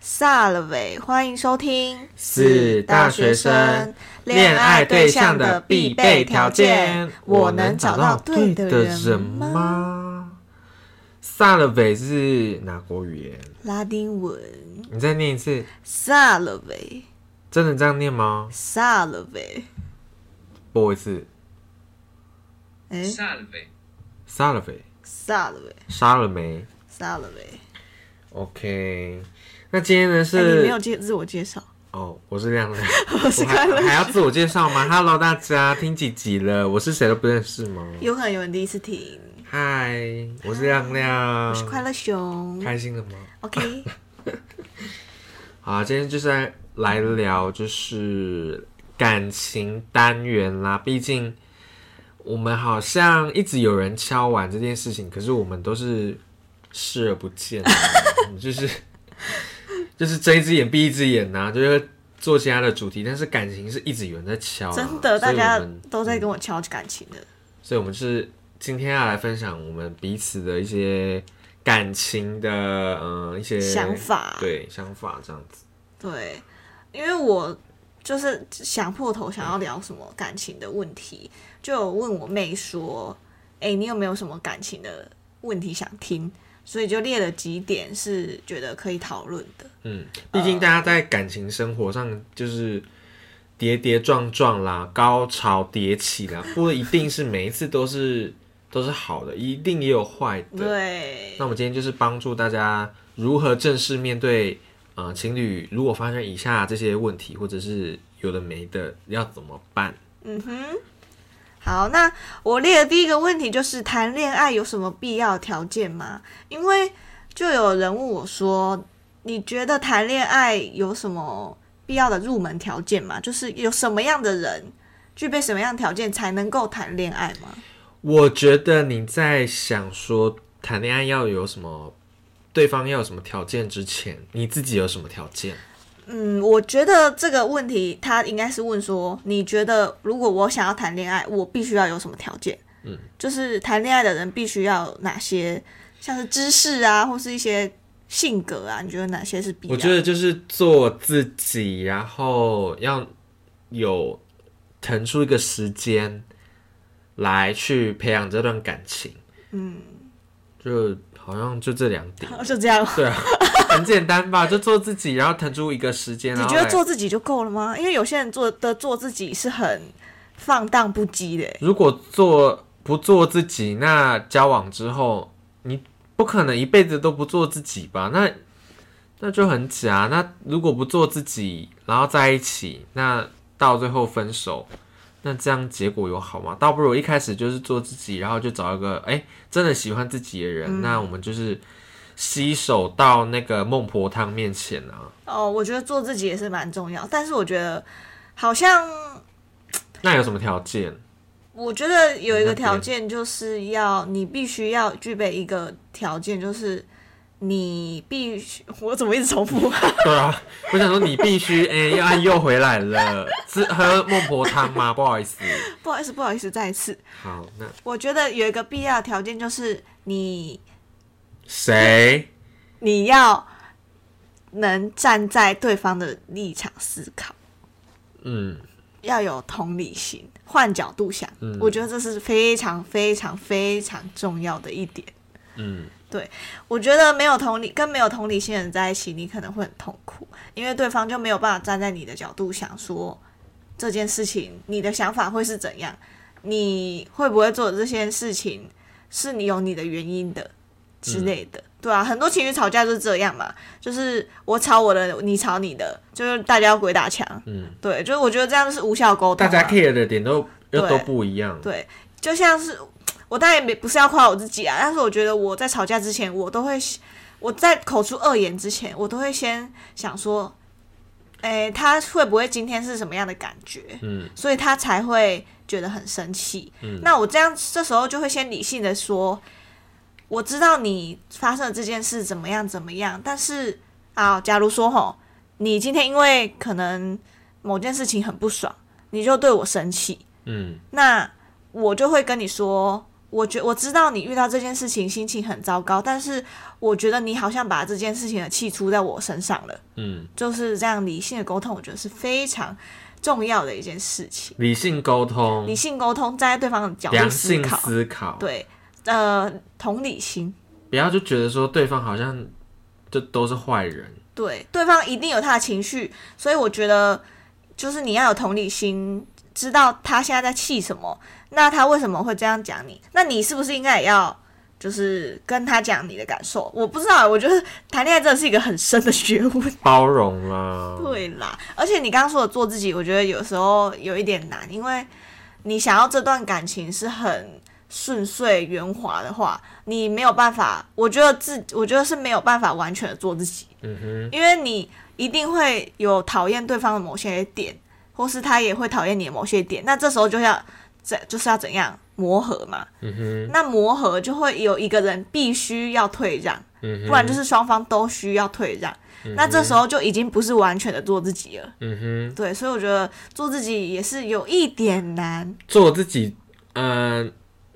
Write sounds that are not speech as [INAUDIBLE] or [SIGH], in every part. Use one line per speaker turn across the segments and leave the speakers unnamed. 萨了喂，欢迎收听
是大学生恋爱对象的必备条件，
我能找到对的
的人
人吗？
吗？萨勒维是哪国语言？
拉丁文
你再念一次，
萨了喂，
真的这样念吗？
萨了喂，
播一次，
哎，
Salve,
萨勒维，
萨了喂，
杀了没
萨了喂，
？OK，那今天呢
哎你没
是
有介自我介绍， [LAUGHS]
哦，我是亮亮，
我是
我还
快乐
还。要自我介绍吗？Hello，大家听几集了？我是谁都不认识吗？
有可能有人第一次听，
嗯嗨，我是亮亮
我，是快乐熊。
开心了吗？
OK，
好啊，今天就是来来聊就是感情单元啦。毕竟我们好像一直有人敲碗这件事情，可是我们都是视而不见啊，我们就是 [LAUGHS] 就是睁一只眼闭一只眼呐、啊就是做其他的主题。但是感情是一直有人在敲啊、
真的，
所
大
以
家
我们嗯
都在跟我敲感情的。
所以我们就是今天要来分享我们彼此的一些感情的嗯、呃一些
想法
对想法这样子。
对，因为我就是想破头想要聊什么感情的问题，就有问我妹说：“哎、你有没有什么感情的问题想听？”所以就列了几点是觉得可以讨论的。
嗯，毕竟大家在感情生活上就是跌跌撞撞啦，高潮迭起啦，不一定是每一次都是都是好的，一定也有坏的。
对
那，我们今天就是帮助大家如何正式面对，呃，情侣如果发生以下这些问题，或者是有的没的，要怎么办？
嗯哼。好，那我列的第一个问题就是谈恋爱有什么必要条件吗？因为就有人问我说，你觉得谈恋爱有什么必要的入门条件吗？就是有什么样的人具备什么样的条件才能够谈恋爱吗？
我觉得你在想说谈恋爱要有什么，对方要有什么条件之前，你自己有什么条件？
嗯，我觉得这个问题他应该是问说，你觉得如果我想要谈恋爱，我必须要有什么条件？嗯，就是谈恋爱的人必须要有哪些，像是知识啊，或是一些性格啊，你觉得哪些是必要？
我觉得就是做自己，然后要有腾出一个时间来去培养这段感情。嗯，就好像就这两点，
得 [LAUGHS] 就这样，
对啊，很简单吧？就做自己，然后腾出一个时间。
你
然后
觉得
来
做自己就够了吗？因为有些人做的做自己是很放荡不羁的欸，
如果做不做自己，那交往之后你不可能一辈子都不做自己吧？那那就很假。那如果不做自己，然后在一起，那到最后分手，那这样结果有好吗？倒不如一开始就是做自己，然后就找一个哎、真的喜欢自己的人，那我们就是携手到那个孟婆汤面前啊。
哦，我觉得做自己也是蛮重要，但是我觉得好像
那有什么条件？
我觉得有一个条件就是要你必须要具备一个条件，就是你必须我怎么一直重复？
对啊，我想说你必须哎、要按又回来了，是喝孟婆汤吗？不好意思。
[LAUGHS] 不好意思，不好意思，再一次。
好，那
我觉得有一个必要的条件就是你
谁？
你要能站在对方的立场思考，
嗯，
要有同理心，换角度想。我觉得这是非常非常非常重要的一点。
嗯，
对，我觉得没有同理跟没有同理心的人在一起，你可能会很痛苦，因为对方就没有办法站在你的角度想说这件事情，你的想法会是怎样，你会不会做这件事情，是你有你的原因的之类的，对啊，很多情侣吵架就是这样嘛，就是我吵我的，你吵你的，就是大家要鬼打墙，
嗯，
对，就是我觉得这样是无效沟通、
大
啊，
家 care 的点都又
对
都不一样。
对，就像是我当然也没不是要夸我自己啊，但是我觉得我在吵架之前，我都会我在口出恶言之前，我都会先想说，诶、他会不会今天是什么样的感觉？
嗯，
所以他才会觉得很生气。嗯，那我这样这时候就会先理性的说，我知道你发生了这件事怎么样怎么样，但是啊，假如说吼，你今天因为可能某件事情很不爽，你就对我生气，
嗯，
那我就会跟你说，我觉我知道你遇到这件事情心情很糟糕，但是我觉得你好像把这件事情的气出在我身上了，
嗯，
就是这样理性的沟通，我觉得是非常重要的一件事情。
理性沟通
理，性沟通，站在对方的角度
嗯良
思
性
考，
思考，，
对，呃，同理心，
不要就觉得说对方好像就都是坏人，
对，对方一定有他的情绪，所以我觉得就是你要有同理心，知道他现在在气什么，那他为什么会这样讲你？那你是不是应该也要就是跟他讲你的感受？我不知道，我觉得谈恋爱真的是一个很深的学问。
包容啦，
对啦，而且你刚刚说的做自己，我觉得有时候有一点难，因为你想要这段感情是很顺遂圆滑的话，你没有办法，我觉得自我觉得是没有办法完全的做自己。
嗯哼，
因为你一定会有讨厌对方的某些点，或是他也会讨厌你的某些点。那这时候就要怎就是要怎样磨合嘛？
嗯哼，
那磨合就会有一个人必须要退让，
嗯哼，
不然就是双方都需要退让。那这时候就已经不是完全的做自己了。
嗯哼，
对，所以我觉得做自己也是有一点难。
做自己，嗯、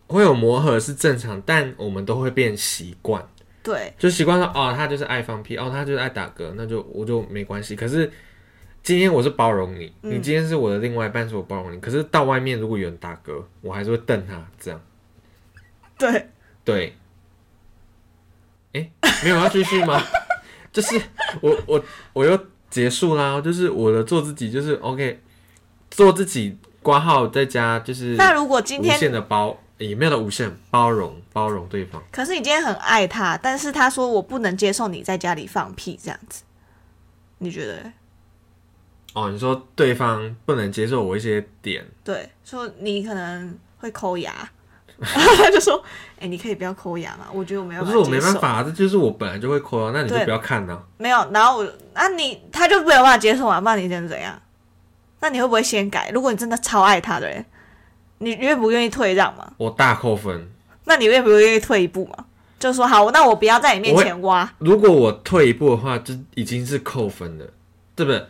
会有磨合是正常，但我们都会变习惯。
对
就习惯说哦，他就是爱放屁，哦，他就是爱打嗝，那就我就没关系。可是今天我是包容你，你
嗯
今天是我的另外一半，是我包容你。可是到外面如果有人打嗝，我还是会瞪他，这样
对，
[LAUGHS] 对。哎、没有要继续吗？就是我我我又结束啦，就是我的做自己，就是 OK，做自己挂号在家就是
那如果今
无
天
限的包，也没有到无限包容包容对方。
可是你今天很爱他，但是他说我不能接受你在家里放屁这样子，你觉得嘞？
哦，你说对方不能接受我一些点，
对，说你可能会抠牙， [LAUGHS] 然后他就说：“哎、你可以不要抠牙嘛，我觉得我没有
我
办
说
法
我没
接
办
受。
法，这就是我本来就会抠啊，那你就
对
不要看呐、
没有，然后我啊你他就没有办法接受啊嘛，不然你能怎样？那你会不会先改？如果你真的超爱他的人，你愿不愿意退让嘛？
我大扣分。
那你愿不愿意退一步嘛？就说好，那我不要在你面前挖。
如果我退一步的话，就已经是扣分了，对不对？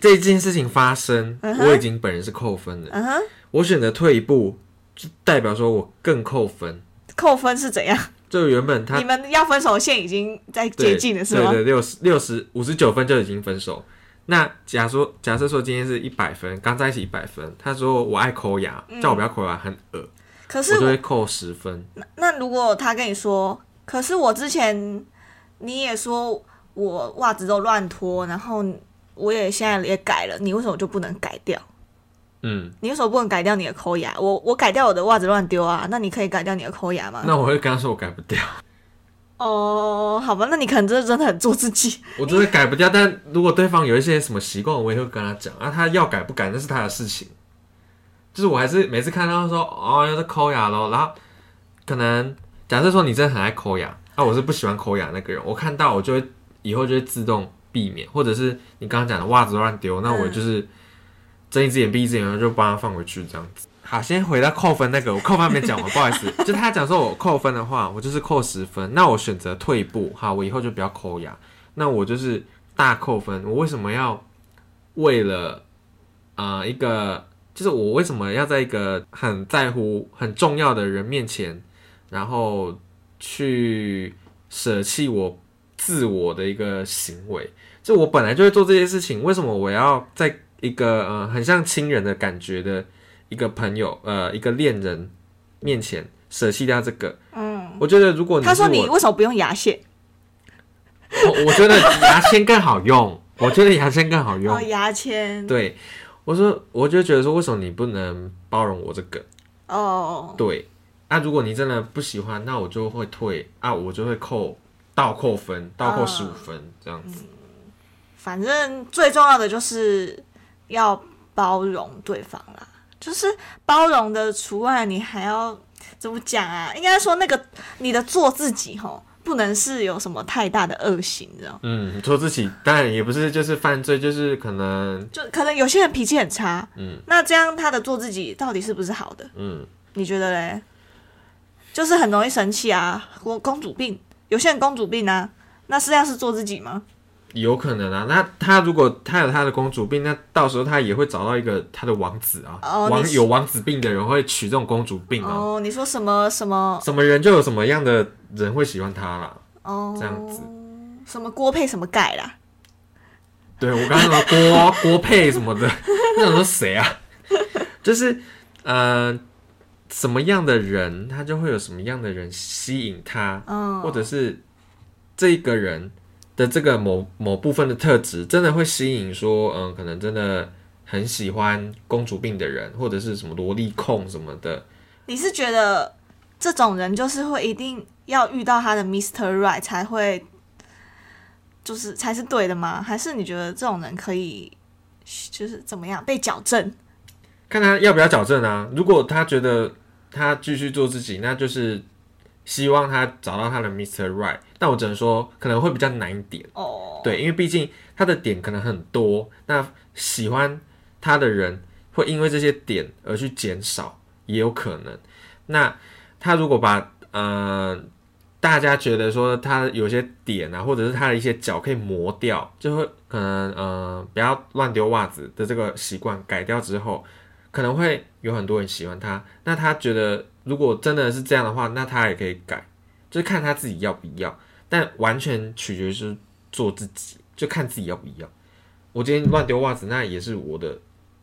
这件事情发生，
嗯哼
我已经本人是扣分了。
嗯哼，
我选择退一步，就代表说我更扣分。
扣分是怎样？
就原本他
你们要分手的线已经在
对
接近了，是吗？
对对，六十六十五十九分就已经分手。那假说假设说今天是一百分，刚在一起一百分，他说我爱抠牙，叫我不要抠牙，很恶，
嗯可是
我就会扣十分。
那如果他跟你说，可是我之前你也说我袜子都乱脱，然后我也现在也改了，你为什么就不能改掉？
嗯，
你为什么不能改掉你的抠牙？我我改掉我的袜子乱丢啊，那你可以改掉你的抠牙吗？
那我会跟他说我改不掉。
哦，好吧，那你可能真的真的很做自己。
我真的改不掉，但如果对方有一些什么习惯，我也会跟他讲啊，他要改不改那是他的事情。就是我还是每次看到他说哦要是抠牙咯，然后可能假设说你真的很爱抠牙，啊我是不喜欢抠牙那个人，我看到我就会以后就会自动避免，或者是你刚刚讲的袜子乱丢，那我就是睁一只眼闭一只眼，然后就帮他放回去这样 [LAUGHS] 子。好，先回到扣分那个，我扣分还没讲 [LAUGHS] 完，不好意思。就他讲说我扣分的话，我就是扣十分，那我选择退步，好，我以后就不要抠牙。那我就是大扣分。我为什么要为了啊、呃一个，就是我为什么要在一个很在乎、很重要的人面前，然后去舍弃我自我的一个行为？就我本来就会做这些事情，为什么我要在一个呃很像亲人的感觉的一个朋友呃一个恋人面前舍弃掉这个？嗯，我觉得如果你
他
是
说
我
你为什么不用牙线？
我我觉得牙签更好用，我觉得牙签更好用
哦，。牙签。
对，我说我就觉得说，为什么你不能包容我这个？
哦，
对，啊，如果你真的不喜欢，那我就会退啊，我就会扣倒扣分，倒扣
啊嗯
十五分这样子。
反正最重要的就是要包容对方啦，就是包容的除外，你还要怎么讲啊？应该说那个你的做自己吼，不能是有什么太大的恶行，你知道吗？
嗯，做自己，当然也不是就是犯罪，就是可能
就可能有些人脾气很差，
嗯，
那这样他的做自己到底是不是好的？
嗯，
你觉得嘞？就是很容易生气啊，公公主病，有些人公主病啊，那实际上是做自己吗？
有可能啊。那他如果他有他的公主病，那到时候他也会找到一个他的王子啊。
哦你
王
是
有王子病的人会娶这种公主病啊。
哦，你说什么什么
什么人就有什么样的人会喜欢他啦。
哦，
这样子
什么锅配什么盖啦，
对我刚刚说郭郭佩什么的，那种说谁啊？就是呃，什么样的人，他就会有什么样的人吸引他，
嗯，
或者是这一个人的这个某某部分的特质，真的会吸引说，嗯、可能真的很喜欢公主病的人，或者是什么萝莉控什么的。
你是觉得这种人就是会一定要遇到他的 Mr. Right 才会，就是才是对的吗？还是你觉得这种人可以就是怎么样被矫正？
看他要不要矫正啊。如果他觉得他继续做自己，那就是希望他找到他的 Mr. Right。但我只能说，可能会比较难一点，
哦，
对，因为毕竟他的点可能很多，那喜欢他的人会因为这些点而去减少，也有可能。那他如果把呃大家觉得说他有些点啊，或者是他的一些角可以磨掉，就会可能呃不要乱丢袜子的这个习惯改掉之后，可能会有很多人喜欢他。那他觉得如果真的是这样的话，那他也可以改，就是看他自己要不要，但完全取决于是做自己，就看自己要不要。我今天乱丢袜子，那也是我的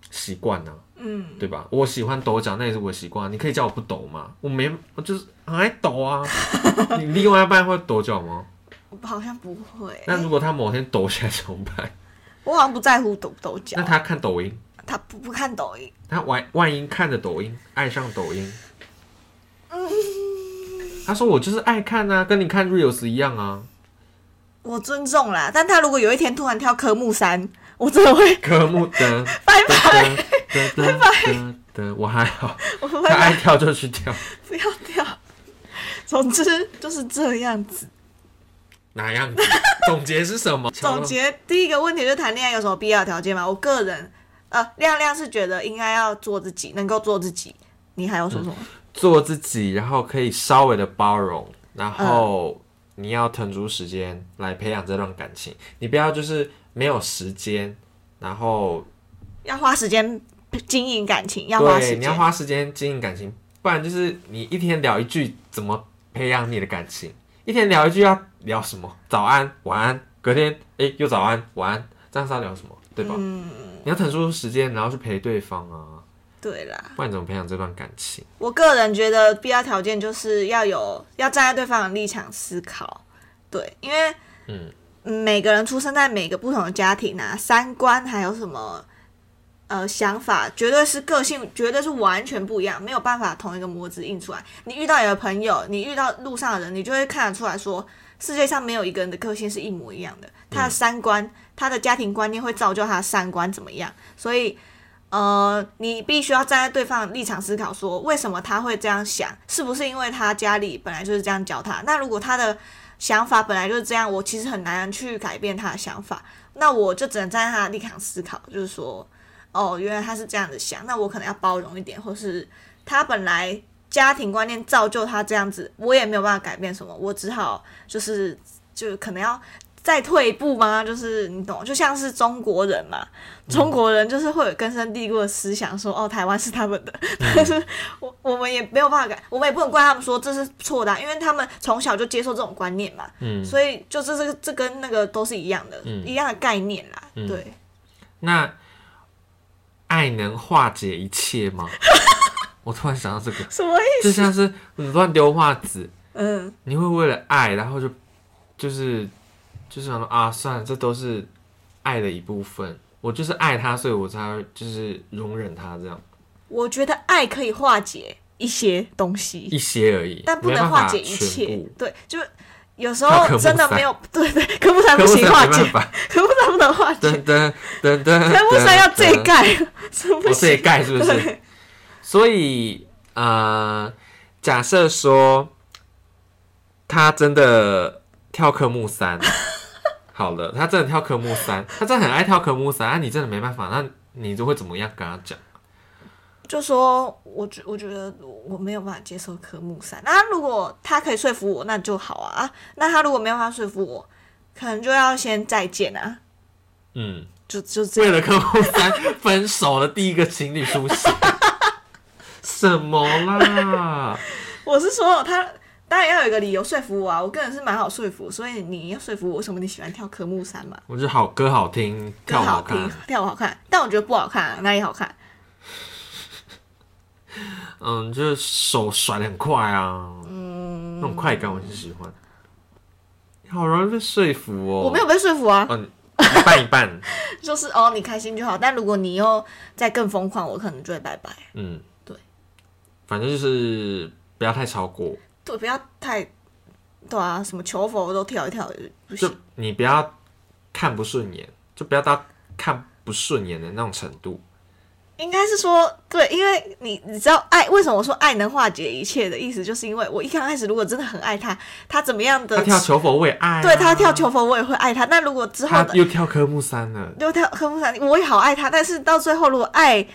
习惯呐、
嗯，
对吧？我喜欢抖脚，那也是我的习惯。啊你可以叫我不抖吗？我没，我就是很爱抖啊。
[LAUGHS]
你另外一半会抖脚吗？
我好像不会，
那如果他某天抖起来怎么办？
我好像不在乎抖不抖 [LAUGHS] 脚
那，他看抖音，
他不不看抖音，
他万万一看着抖音爱上抖音，
嗯
他说我就是爱看啊，跟你看 reels 一样啊。
我尊重啦。但他如果有一天突然跳科目三，我真的会
科目的
[LAUGHS] 拜拜，
的的的的的，我还好，
我 [LAUGHS]
他
拜拜，
爱跳就去跳，
不要跳。总之就是这样子。
[LAUGHS] 哪样子？总结是什么？
[LAUGHS] 总结第一个问题就是谈恋爱有什么必要条件吗？我个人，呃，亮亮是觉得应该要做自己，能够做自己。你还要
嗯
说什么？
做自己，然后可以稍微的包容，然后你要腾出时间来培养这段感情，你不要就是没有时间，然后
要花时间经营感情，要花
对
时
你要
间。
花时间经营感情，不然就是你一天聊一句，怎么培养你的感情？一天聊一句要聊什么？早安、晚安，隔天诶又早安、晚安，这样是要聊什么？对吧？
嗯
你要腾出时间，然后去陪对方啊，
对啦，
不然怎么培养这段感情？
我个人觉得必要条件就是要有要站在对方的立场思考，对，因为
嗯
每个人出生在每个不同的家庭啊，三观还有什么呃想法，绝对是个性，绝对是完全不一样，没有办法同一个模子印出来。你遇到你的朋友，你遇到路上的人，你就会看得出来说，世界上没有一个人的个性是一模一样的，他的三观、他的家庭观念会造就他的三观怎么样，所以。呃，你必须要站在对方的立场思考，说为什么他会这样想，是不是因为他家里本来就是这样教他？那如果他的想法本来就是这样，我其实很难去改变他的想法，那我就只能站在他的立场思考，就是说，哦，原来他是这样子想，那我可能要包容一点，或是他本来家庭观念造就他这样子，我也没有办法改变什么，我只好就是就可能要再退一步吗？就是你懂，就像是中国人嘛，中国人就是会有根深蒂固的思想
嗯
说，哦，台湾是他们的， [LAUGHS] 但是我我们也没有办法改，我们也不能怪他们说这是错的啊、因为他们从小就接受这种观念嘛，
嗯
所以就这这这跟那个都是一样的，
嗯
一样的概念啦，对，
那爱能化解一切
[LAUGHS]
吗？我突然想到这个，
什么意
就像是你乱丢袜子，
嗯，
你会为了爱，然后就就是就是想说啊，算了，这都是爱的一部分。我就是爱他，所以我才会就是容忍他这样
我觉得爱可以化解一些东西，
一些而已，
但不
没
能
办
化
法
解一
全
切
部。。
对，就是有时
跳科
候
目
真的
三
没有，对对，科目三不
科目
行
三
化
没
解
办，法，
科目三不能化解，
噔噔
[LAUGHS]
噔噔，
科目三要
最
这盖，是不
我自己
行。
盖是不是？
对，
所以呃，假设说他真的跳科目三， [LAUGHS] 好了，他真的跳科目三，他真的很爱跳科目三，那、你真的没办法，那你就会怎么样跟他讲？
就说我觉我觉得我没有办法接受科目三。那如果他可以说服我，那就好啊。啊那他如果没有办法说服我，可能就要先再见啊，
嗯，
就就这
为
样。
了跟后三分手的第一个情侣出
[LAUGHS]
现，什么啦？
我是说他。当然要有一个理由说服我啊！我个人是蛮好说服，所以你要说服我为什么你喜欢跳科目三嘛？
我觉得好歌好听，
歌
跳舞
好
好
听
看，，
跳舞好看，但我觉得不好看、啊，哪里好看？
嗯，就是手甩的很快啊，嗯，那种快感我是喜欢。好容易被说服哦，
我没有被说服啊，
嗯，一半
[LAUGHS]
一半，
就是哦，你开心就好。但如果你又再更疯狂，我可能就会拜拜。
嗯，
对，
反正就是不要太超过，
对，不要太，对啊，什么求佛都跳一跳不
就
行。啊
你不要看不顺眼，就不要到看不顺眼的那种程度。
应该是说，对，因为你你知道爱为什么我说爱能化解一切的意思，就是因为我一刚开始如果真的很爱他，他怎么样的
他，跳求佛我也爱啊、
对他跳求佛我也会爱他。那如果之后
他
的
又跳科目三了，
就跳科目三，我也好爱他，但是到最后如果爱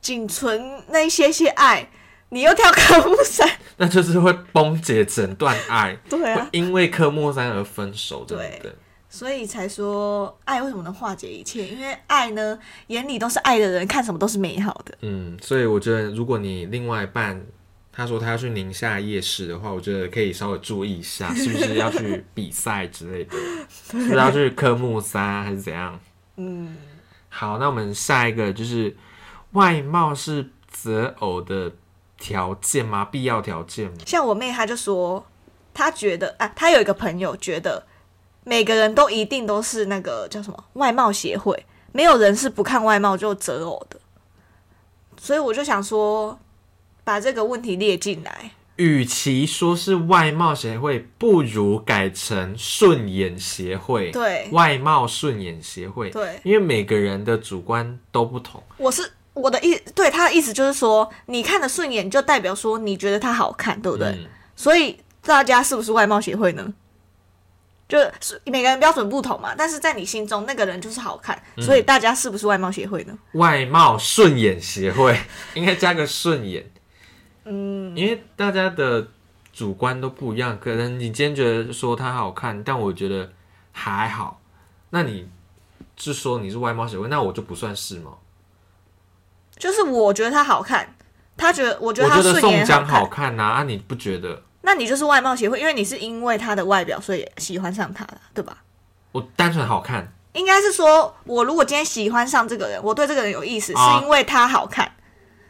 仅存那一些些爱，你又跳科目三，
那就是会崩解整段爱，
对啊
会，因为科目三而分手，真的
对。所以才说爱为什么能化解一切？因为爱呢，眼里都是爱的人，看什么都是美好的。
嗯，所以我觉得，如果你另外一半他说他要去宁夏夜市的话，我觉得可以稍微注意一下，是不是要去比赛之类
[LAUGHS]
的，是不是要去科目三还是怎样？
嗯，
好，那我们下一个就是外貌是择偶的条件吗？必要条件吗？
像我妹她就说，她觉得啊，她有一个朋友觉得每个人都一定都是那个叫什么外貌协会，没有人是不看外貌就择偶的。所以我就想说，把这个问题列进来。
与其说是外貌协会，不如改成顺眼协会。
对
外貌顺眼协会。
对
因为每个人的主观都不同。
我是我的意，对她的意思就是说，你看的顺眼就代表说你觉得她好看，对不对？
嗯
所以大家是不是外貌协会呢？就是每个人标准不同嘛，但是在你心中那个人就是好看，
嗯
所以大家是不是外貌协会呢？
外貌顺眼协会 [LAUGHS] 应该加个顺眼，嗯，因为大家的主观都不一样，可能你今天觉得说他好看，但我觉得还好，那你是说你是外貌协会，那我就不算是吗？
就是我觉得他好看，他觉得我觉
我
得他
觉得
顺
宋
眼
江
看，
好看呐、啊，你不觉得？
那你就是外貌协会，因为你是因为他的外表所以喜欢上他的，对吧？
我单纯好看，
应该是说，我如果今天喜欢上这个人，我对这个人有意思，
啊
是因为他好看，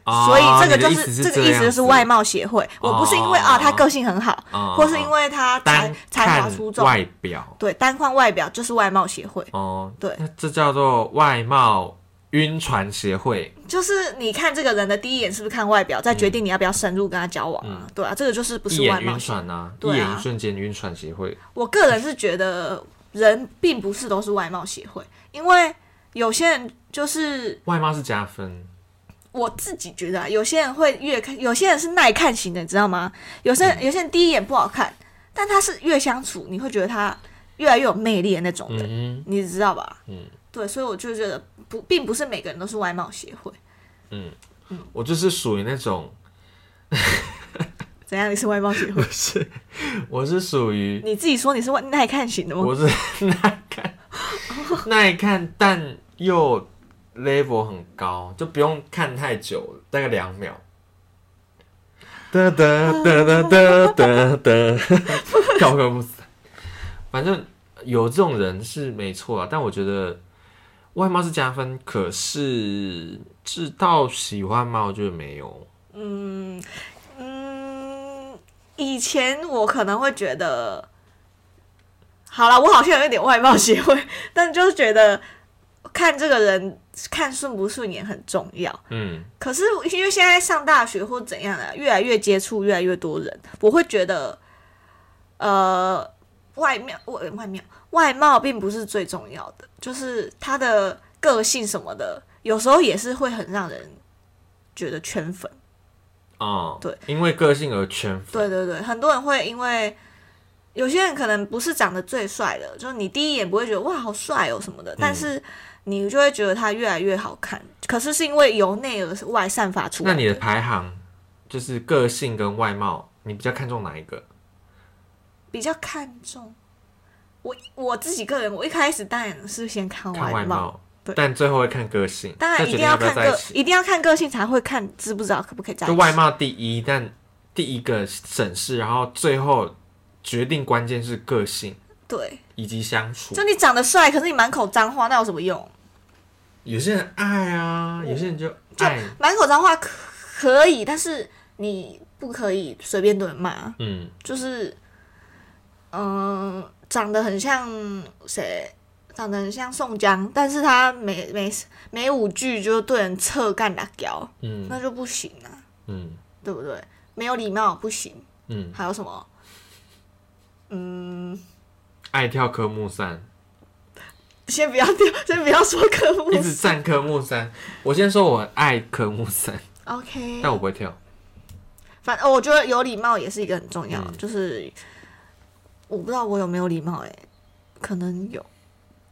哦
所以这个就
你的意思
这个意思就是外貌协会。我不是因为
哦
啊他个性很好，
这样子，
或是因
为
为他才
啊单
才华
看
出众，
外表
对，单看外表就是外貌协会。
哦，
对，
那这叫做外貌晕船协会，
就是你看这个人的第一眼是不是看外表，再决定你要不要深入跟他交往啊？对啊，这个就是不
嗯一
是外
眼
貌
晕。船啊，一
对啊
眼一瞬间晕船协会。
我个人是觉得人并不是都是外貌协会，因为有些人就是
外貌是加分，
我自己觉得、啊，有些人会越看，有些人是耐看型的，你知道吗？有些
嗯
人有些人第一眼不好看，但他是越相处你会觉得他越来越有魅力的那种人，
嗯
你知道吧？
嗯，
对，所以我就觉得不，并不是每个人都是外貌协会。
哼，我就是属于那种， [LAUGHS]
怎样？你是外貌协会？
[LAUGHS] 我是属于
你自己说你是外耐看型的吗？
[LAUGHS] 我是耐看，耐看但又 level 很高，就不用看太久，大概两秒。哒哒哒哒哒哒 [LAUGHS] 哒，跳个不死。反正有这种人是没错啊，但我觉得外貌是加分，可是至到喜欢吗？我觉得没有。
嗯，以前我可能会觉得，好了，我好像有一点外貌协会， [LAUGHS] 但就是觉得看这个人看顺不顺眼很重要。
嗯，
可是因为现在上大学或怎样啊的，越来越接触越来越多人，我会觉得，呃，外面外外面外貌并不是最重要的，就是他的个性什么的，有时候也是会很让人觉得圈粉。
哦，
对，
因为个性而圈粉。
对对对，很多人会因为有些人可能不是长得最帅的，就是你第一眼不会觉得哇好帅哦什么
嗯
的，但是你就会觉得他越来越好看。可是是因为由内而外散发出来。
那你的排行就是个性跟外貌，你比较看重哪一个？
比较看重我我自己个人，我一开始当然是先看
看
哦外
外
貌，
貌
对，
但最后会看个性，
当然
再
一
决
定
定要不
看
要在一
个，
起。
一定要看个性才会看知不知道可不可以在一
就
起。
外貌第一，但第一个审视，然后最后决定关键是个性
对，
以及相处
就。你长得帅，可是你满口脏话，那有什么用？
有些人爱啊，有些人就
嗯就
爱，
满口脏话可可以，但是你不可以随便对人骂，
嗯，
就是，嗯、长得很像谁？长得很像宋江，但是他每每每五句就对人侧干打屌，
嗯
那就不行啊，
嗯
对不对？没有礼貌不行。
嗯，
还有什么？嗯，
爱跳科目三，
先不要掉， [LAUGHS] 先不要说科目
一。直站科目三。我先说我爱科目三，
嗯 OK，
但我不会跳。
反正、哦我觉得有礼貌也是一个很重要，
嗯
就是我不知道我有没有礼貌、欸，可能有。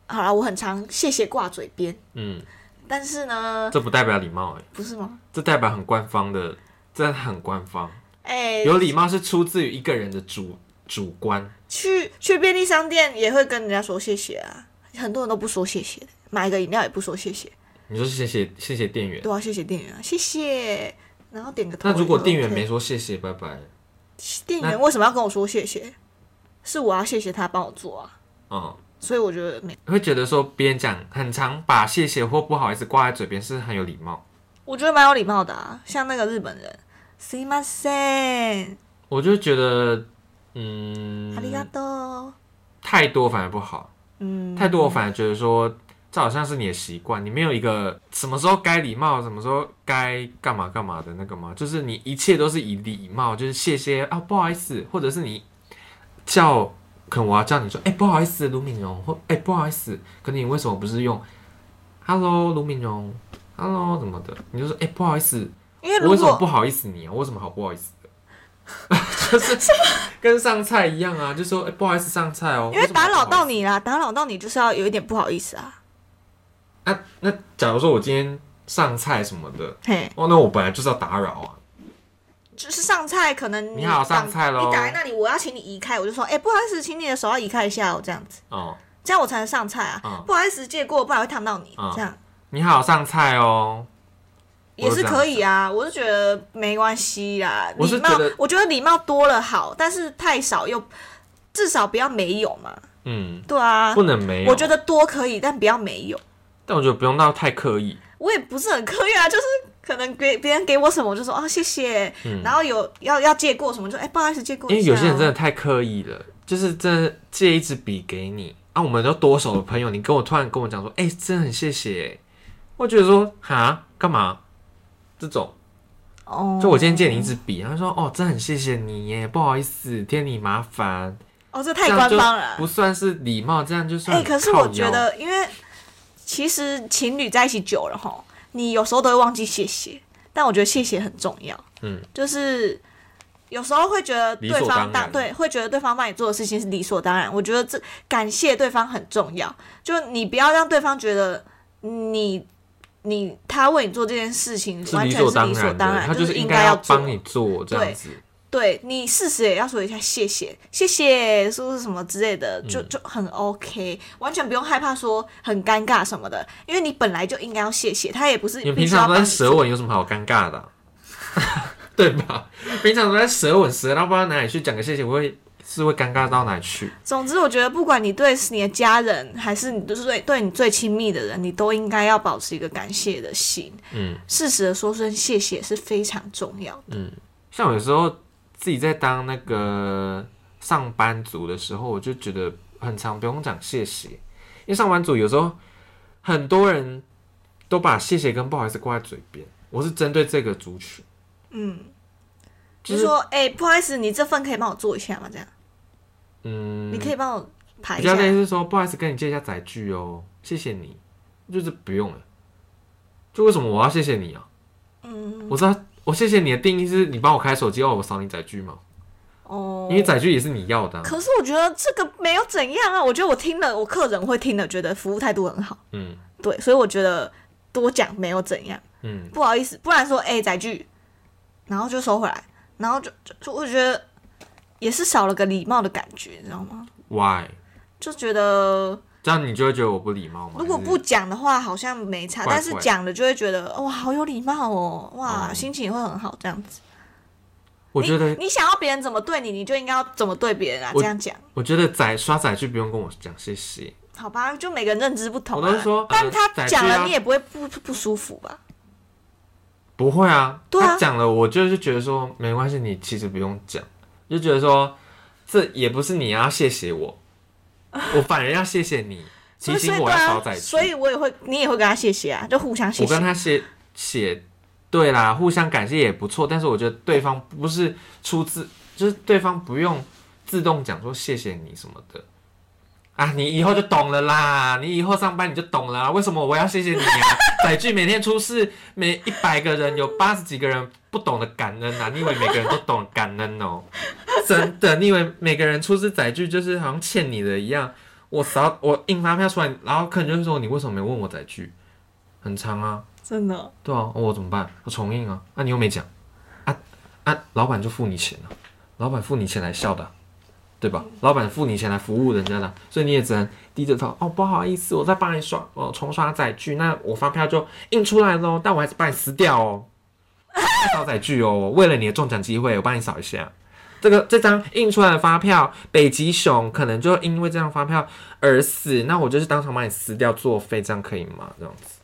好啦，我很常谢谢挂嘴边，
嗯，
但是呢，
这不代表礼貌哎、
不是吗？
这代表很官方的，这很官方。
哎、
有礼貌是出自于一个人的主主观，
去去便利商店也会跟人家说谢谢啊，很多人都不说谢谢的，买个饮料也不说谢谢，
你说谢谢谢谢店员。
都要、谢谢店员啊，谢谢，然后点个头也
那
就 OK。
如果店员没说谢谢，拜拜。
店员为什么要跟我说谢谢？是我要谢谢他帮我做啊，
嗯，
所以我觉得没，
会觉得说别人讲很常把谢谢或不好意思挂在嘴边是很有礼貌。
我觉得蛮有礼貌的啊。像那个日本人すいません、
我就觉得，嗯，
ありがとう。
太多反而不好，
嗯，
太多我反而觉得说这好像是你的习惯，你没有一个什么时候该礼貌，什么时候该干嘛干嘛的那个吗？就是你一切都是以礼貌，就是谢谢啊，不好意思，或者是你叫。可能我要叫你说，哎、不好意思，卢敏荣，或哎、不好意思，可能你为什么不是用 “hello” 卢敏荣，“hello” 怎么的？你就说，哎、不好意思，
因为 [LAUGHS]
我
如
为什么
果
不好意思你啊？我为什么好不好意思的？ [LAUGHS] 就是跟上菜一样啊，就说、哎不好意思上菜哦。
因为打扰到
你
你啦，打扰到你就是要有一点不好意思啊。
啊。那假如说我今天上菜什么的，
嘿，
哦，那我本来就是要打扰啊。
就是上菜可能
你好上
挡
菜咯
你挡在那里，我要请你移开，我就说，哎、不好意思，请你的手要移开一下哦，这样子，
哦，
这样我才能上菜啊。
嗯
不好意思，借过，不然会烫到你，
嗯
这样
你好上菜哦。
也
我
是
这样
可以啊，我是觉得没关系啦。
我是
礼貌
觉得，
我觉得礼貌多了好，但是太少又至少不要没有嘛。
嗯，
对啊
不，能没有。
我觉，得多可以，但不要没有。
但我觉得不用到太刻意。
我也不是很刻意啊，就是可能给别人给我什么，我就说啊谢谢，
嗯
然后有要要借过什么就哎、不好意思借过一
因
下哦，
为有些人真的太刻意了，就是真的借一支笔给你啊，我们都多手的朋友，你跟我突然跟我讲说，哎、真的很谢谢，欸我觉得说哈干嘛这种，
哦，
就我今天借你一支笔，他说哦，真的很谢谢你耶，不好意思，添你麻烦，
哦这太官方
这
了
样就，不算是礼貌，这样就
哎、
算很靠
可
腰。
是我觉得因为其实情侣在一起久了吼，你有时候都会忘记谢谢，但我觉得谢谢很重要，
嗯，
就是。有时候会觉得对
理
方
所当
当
然
对，会觉得对方帮你做的事情是理所当然。我觉得这感谢对方很重要，就你不要让对方觉得你你他为你做这件事情
是
完
理
全
所
是
当
理所
的，
当然，
他
就是
应
该
要
做
帮。你做这样子。
对你适时也要说一下谢谢，谢谢，说是什么之类
嗯
的，就就很 OK，完全不用害怕说很尴尬什么的，因为你本来就应该要谢谢，他也不是
你们
必
平
须要
常都在
帮你
舌吻，有什么好尴尬的 [LAUGHS] 啊、对吧？平常都在舌吻，舌到不知道哪里去，讲个谢谢，我会是会尴尬到哪里去？
总之，我觉得不管你对你的家人，还是你对对你最亲密的人，你都应该要保持一个感谢的心，
嗯，
适时的说声谢谢是非常重要的。
像我有时候自己在当那个上班族的时候，我就觉得很常不用讲谢谢，因为上班族有时候很多人都把谢谢跟不好意思挂在嘴边。我是针对这个族群，
就
就是
说，哎、不好意思，你这份可以帮我做一下吗？这样，
嗯
你，可以帮我排
比
一下
较。类似说不好意思跟你借一下载具哦，谢谢你，就是不用了。就为什么我要谢谢你啊？
嗯，
我知道我谢谢你的定义是你帮我开手机哦，我扫你载具嘛，
哦，
因为载具也是你要的啊、
可是我觉得这个没有怎样啊，我觉得我听了，我客人会听了，觉得服务态度很好，
嗯
对，所以我觉得多讲没有怎样，
嗯，
不好意思，不然说哎载具，然后就收回来，然后就就就我觉得也是少了个礼貌的感觉，你知道吗？
Why？
就觉得
这样你就会觉得我不礼貌吗？
如果
还是
不讲的话，好像没差，
怪怪
但是讲了就会觉得哇，好有礼貌哦，哇，
嗯
心情会很好这样子。
我觉得
你你想要别人怎么对你，你就应该要怎么对别人啊，
我
这样讲。
我觉得载刷载具不用跟我讲谢谢，
好吧，就每个人认知不同、啊。
我都说
但
呃
他
载具
讲
要
了，你也不会不不不舒服吧？
不会啊。
对啊
他讲了，我就是觉得说没关系，你其实不用讲，就觉得说这也不是你要谢谢我，我反而要谢谢你
所
提
以 [LAUGHS] 所
醒
以
我
对
要刷
啊
载，具。
所以我也会，你也会跟他谢谢啊，就互相谢
我跟
谢。
他写写对啦，互相感谢也不错，但是我觉得对方不是出自，就是对方不用自动讲说谢谢你什么的啊，你以后就懂了啦，你以后上班你就懂了啦，为什么我要谢谢你啊？载具每天出事，每一百个人有八十几个人不懂得感恩啊，你以为每个人都懂得感恩哦？ [LAUGHS] 真的，你以为每个人出示载具就是好像欠你的一样？我扫我印发票出来，然后客人就会说你为什么没问我载具？很长啊，
真的，
对啊，我怎么办？我重印啊，那、你又没讲，啊啊，老板就付你钱了、老板付你钱来笑的啊，对吧？老板付你钱来服务人家的啊，所以你也只能低着头哦，不好意思，我在帮你刷哦，重刷载具，那我发票就印出来喽，但我还是帮你撕掉哦，扫载具哦，为了你的中奖机会，我帮你扫一下。这个这张印出来的发票，北极熊可能就因为这张发票而死，那我就是当场把你撕掉作废，这样可以吗？这样子，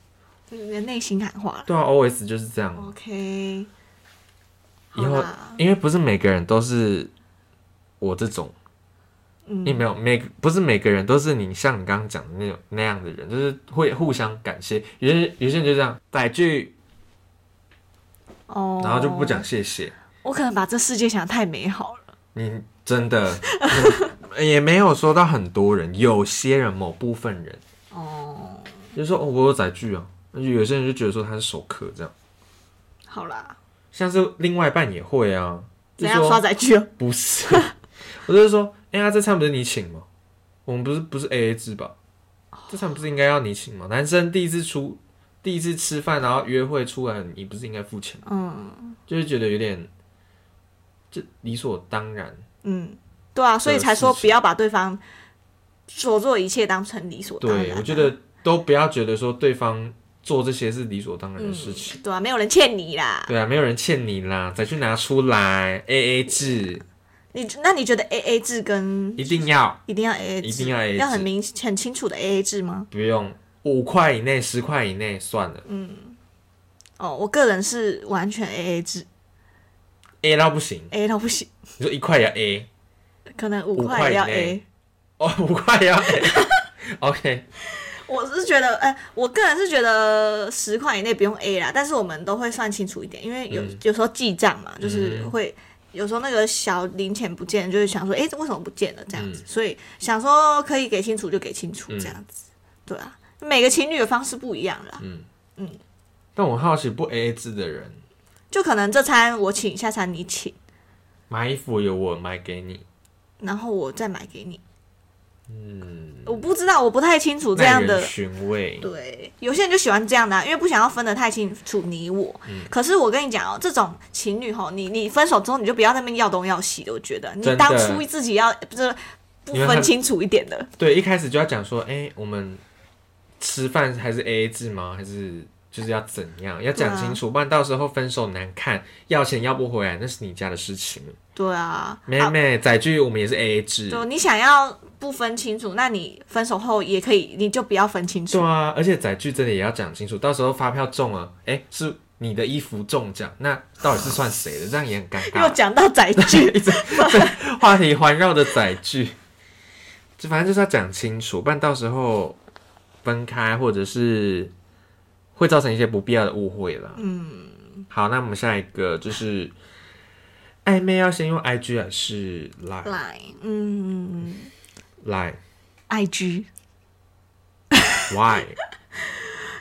你的内心喊话了。
对啊，OS 就是这样啊。
OK，好
以后
啦，
因为不是每个人都是我这种，
嗯
你没有每不是每个人都是你像你刚刚讲的那种那样的人，就是会互相感谢。有些有些人就这样载具，
哦，
然后就不讲。谢谢。
我可能把这世界想得太美好了。
你真的 [LAUGHS] 也没有说到很多人，有些人某部分人
哦，
就说哦，我有载具啊。有些人就觉得说他是熟客这样，
好啦，
像是另外一半也会啊，就
怎样
说
刷载具哦？
不是， [LAUGHS] 我就是说，哎、呀，这餐不是你请吗？我们不是不是 A A 制吧？这餐不是应该要你请吗？男生第一次出，第一次吃饭，然后约会出来，你不是应该付钱吗？
嗯
就是觉得有点，这理所当然。
嗯，对啊，所以才说不要把对方所做的一切当成理所当然啊。
对，我觉得都不要觉得说对方做这些是理所当然的事情。
嗯，对啊，没有人欠你啦。
对啊，没有人欠你啦，再去拿出来 A A 制，
你那你觉得 A A 制跟
一定要
一定要 A A 制，
一定要 AA 制
很明很清楚的 A A 制吗？
不用五块以内、十块以内算了
嗯哦，我个人是完全 A A 制
，A 到不行，
，A 到不行，
你说一块也要 A。
可能五
五块
块也要
以内
A。
哦， [LAUGHS] 五块呀。OK，
我是觉得，哎、我个人是觉得十块以内不用 A 啦，但是我们都会算清楚一点，因为有、
嗯
有时候记账嘛，就是会、有时候那个小零钱不见，就是想说，哎、为什么不见了这样
嗯
子，所以想说可以给清楚就给清楚这样子，对啊，每个情侣的方式不一样啦，
嗯但我好奇不 AA 制的人
就可能这餐我请，下餐你请，
买衣服有我买给你，
然后我再买给你，嗯，我不知道，我不太清楚这样
耐
的
人寻味。
对，有些人就喜欢这样的啊、因为不想要分得太清楚你我。
嗯
可是我跟你讲哦，这种情侣吼，你你分手之后你就不要在那边要东要西的，我觉得
真
你
的
当初自己要不是不
因为他
分清楚一点的，
对，一开始就要讲说，哎、我们吃饭还是 AA 制吗？还是就是要怎
啊
样？要讲清楚，不然到时候分手难看，要钱要不回来，那是你家的事情。
对啊，
妹
啊
妹载具我们也是 AA 制，
就你想要不分清楚，那你分手后也可以，你就不要分清
对
楚。
啊，而且载具真的也要讲清楚，到时候发票中了，哎、是你的衣服中奖，那到底是算谁的？这样也很尴尬。
又讲到载具， [LAUGHS]
一直话题环绕着载具，就反正就是要讲清楚，不然到时候分开或者是会造成一些不必要的误会啦。嗯，好，那我们下一个就是暧昧要先用 IG 还是 Line
来，嗯
Line
，IG，
Why？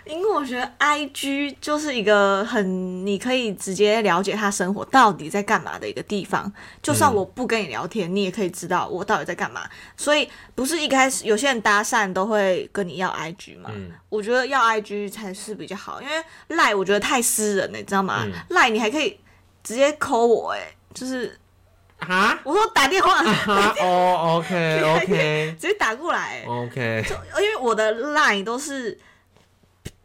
因为我觉得 I G 就是一个很你可以直接了解他生活到底在干嘛的一个地方。就算
嗯
我不跟你聊天，你也可以知道我到底在干嘛。所以不是一开始有些人搭讪都会跟你要 I G 嘛？
嗯
我觉得要 I G 才是比较好，因为赖我觉得太私人了，你知道吗
嗯？
赖、你还可以直接抠我、欸，哎，就是
哈
我说打电
[LAUGHS]
话，
哈哦
[LAUGHS]
，OK
越来
OK
直接打过来、哎
哦 OK，
就因为我的 line 都是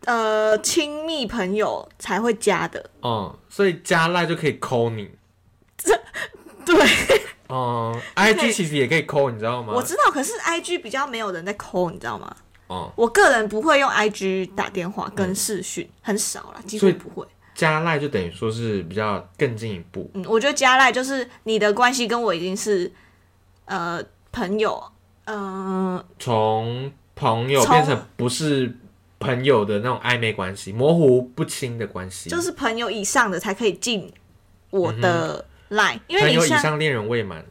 呃亲密朋友才会加的，
嗯，所以加赖就可以扣你，
对，
哦、
可以
i g 其实也可以扣，你知道吗？
我知道，可是 IG 比较没有人在 call，你知道吗？
哦、
我个人不会用 IG 打电话跟视讯，很少啦，几
嗯所
乎
以
不会。
加赖就等于说是比较更进一步，
嗯，我觉得加赖就是你的关系跟我已经是呃朋友，嗯、
从朋友
从
变成不是朋友的那种暧昧关系，模糊不清的关系，
就是朋友以上的才可以进我的 line，、因
嗯朋
为
友
你
以
像
上恋人未满，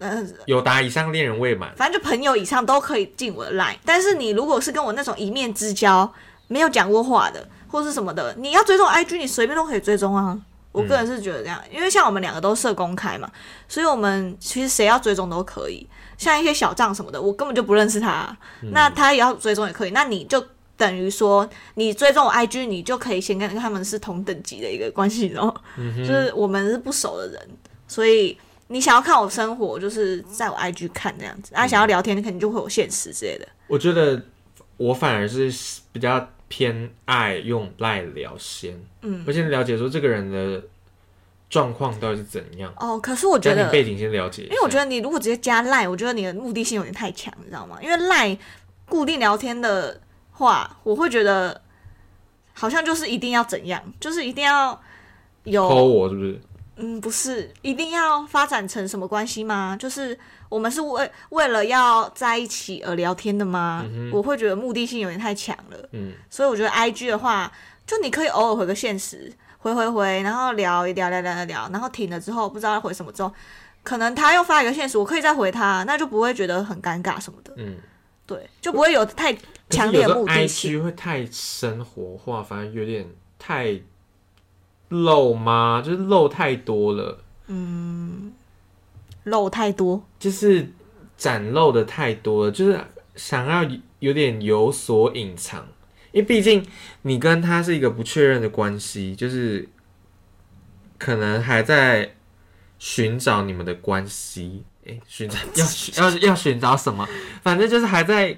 呃，
有达以上恋人未满，
反正就朋友以上都可以进我的 line，但是你如果是跟我那种一面之交，没有讲过话的或是什么的，你要追踪 IG，你随便都可以追踪啊。我个人是觉得这样，因为像我们两个都设公开嘛，所以我们其实谁要追踪都可以。像一些小账什么的，我根本就不认识他啊、那他也要追踪也可以。那你就等于说，你追踪我 IG，你就可以先跟他们是同等级的一个关系，然后、就是我们是不熟的人，所以你想要看我生活，就是在我 IG 看这样子；啊，想要聊天，你肯定就会有现实之类的。
我觉得我反而是比较偏爱用赖聊先，嗯，我先了解说这个人的状况到底是怎样，
哦，可是我觉
家
得
庭背景先了解一下，
因为我觉得你如果直接加赖，我觉得你的目的性有点太强，你知道吗？因为赖固定聊天的话，我会觉得好像就是一定要怎样，就是一定要
抠
有，
我是不是？
嗯，不是一定要发展成什么关系吗？就是我们是为为了要在一起而聊天的吗？我会觉得目的性有点太强了。
嗯，
所以我觉得 I G 的话，就你可以偶尔回个现实，回回回，然后聊一聊聊聊聊聊，然后停了之后不知道要回什么之后，可能他又发一个现实，我可以再回他，那就不会觉得很尴尬什么的，
嗯，
对，就不会有太强
可
烈的
是有时候
目的性。
IG 会太生活化，反而有点太露吗？就是露太多了，
漏太多，
就是展露的太多了，就是想要有点有所隐藏，因为毕竟你跟他是一个不确认的关系，就是可能还在寻找你们的关系。诶，寻找要寻要要寻找什么？反正就是还在，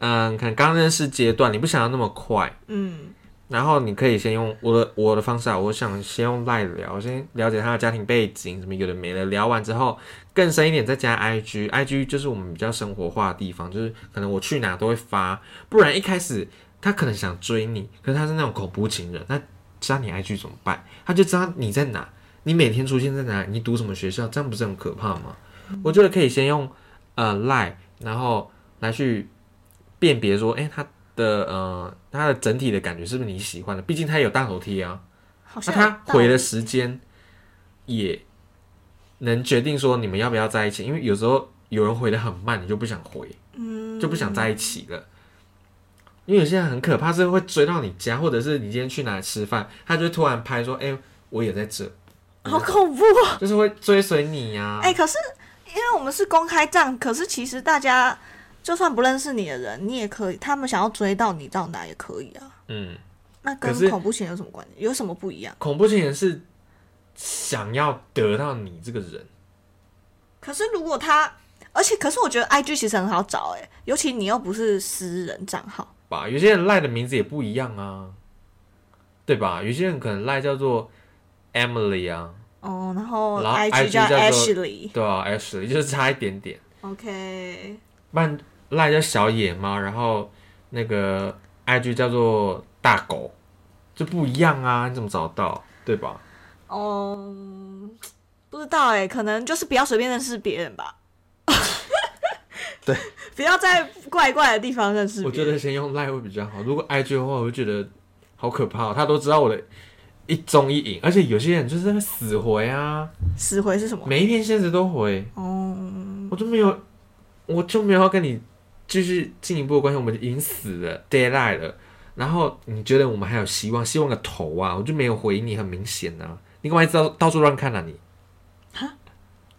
嗯，可能刚认识阶段，你不想要那么快，
嗯，
然后你可以先用我的我的方式啊，我想先用赖聊，先了解他的家庭背景，什么有的没的。聊完之后，更深一点再加 IG，IG 就是我们比较生活化的地方，就是可能我去哪都会发，不然一开始他可能想追你，可是他是那种恐怖情人，那加你 IG 怎么办？他就知道你在哪，你每天出现在哪里，你读什么学校，这样不是很可怕吗？我觉得可以先用呃赖，然后来去辨别说，哎、他的呃，它的整体的感觉是不是你喜欢的？毕竟它有大头贴啊，
好
那
像
它
有道理
回的时间也能决定说你们要不要在一起。因为有时候有人回的很慢，你就不想回，嗯，就不想在一起了。因为有些人很可怕，是会追到你家，或者是你今天去哪里吃饭，他就会突然拍说：“哎、我也在 [LAUGHS] 这。
好恐怖哦、”
就是会追随你啊呀、
哎、可是因为我们是公开账，可是其实大家就算不认识你的人，你也可以，他们想要追到你到哪也可以啊。
嗯，
那
可
跟
是
恐怖情人有什么关系？有什么不一样？
恐怖情人是想要得到你这个人。
可是如果他，而且可是我觉得 I G 其实很好找哎、尤其你又不是私人账号，
吧，有些人赖的名字也不一样啊，对吧？有些人可能赖叫做 Emily 啊，
哦，然后
然后
G
IG
叫
叫做
Ashley，OK，、
对啊 a s h l e y 就是差一点点。
OK
不然赖叫小野猫，然后那个 IG 叫做大狗，就不一样啊，你怎么找到？对吧？
哦、不知道哎、可能就是不要随便认识别人吧。 [LAUGHS]
对，
不要在怪怪的地方认识别人。
我觉得先用赖会比较好。如果 IG 的话，我就觉得好可怕、哦，他都知道我的一中一影，而且有些人就是会死回啊，
死回是什么？
每一篇现实都回。
哦、
我就没有，我就没有要跟你继续进一步的关系，我们已经死了，dead eye 了。然后你觉得我们还有希望？希望个头啊！我就没有回你，很明显啊！你干嘛一直到到处乱看啊你？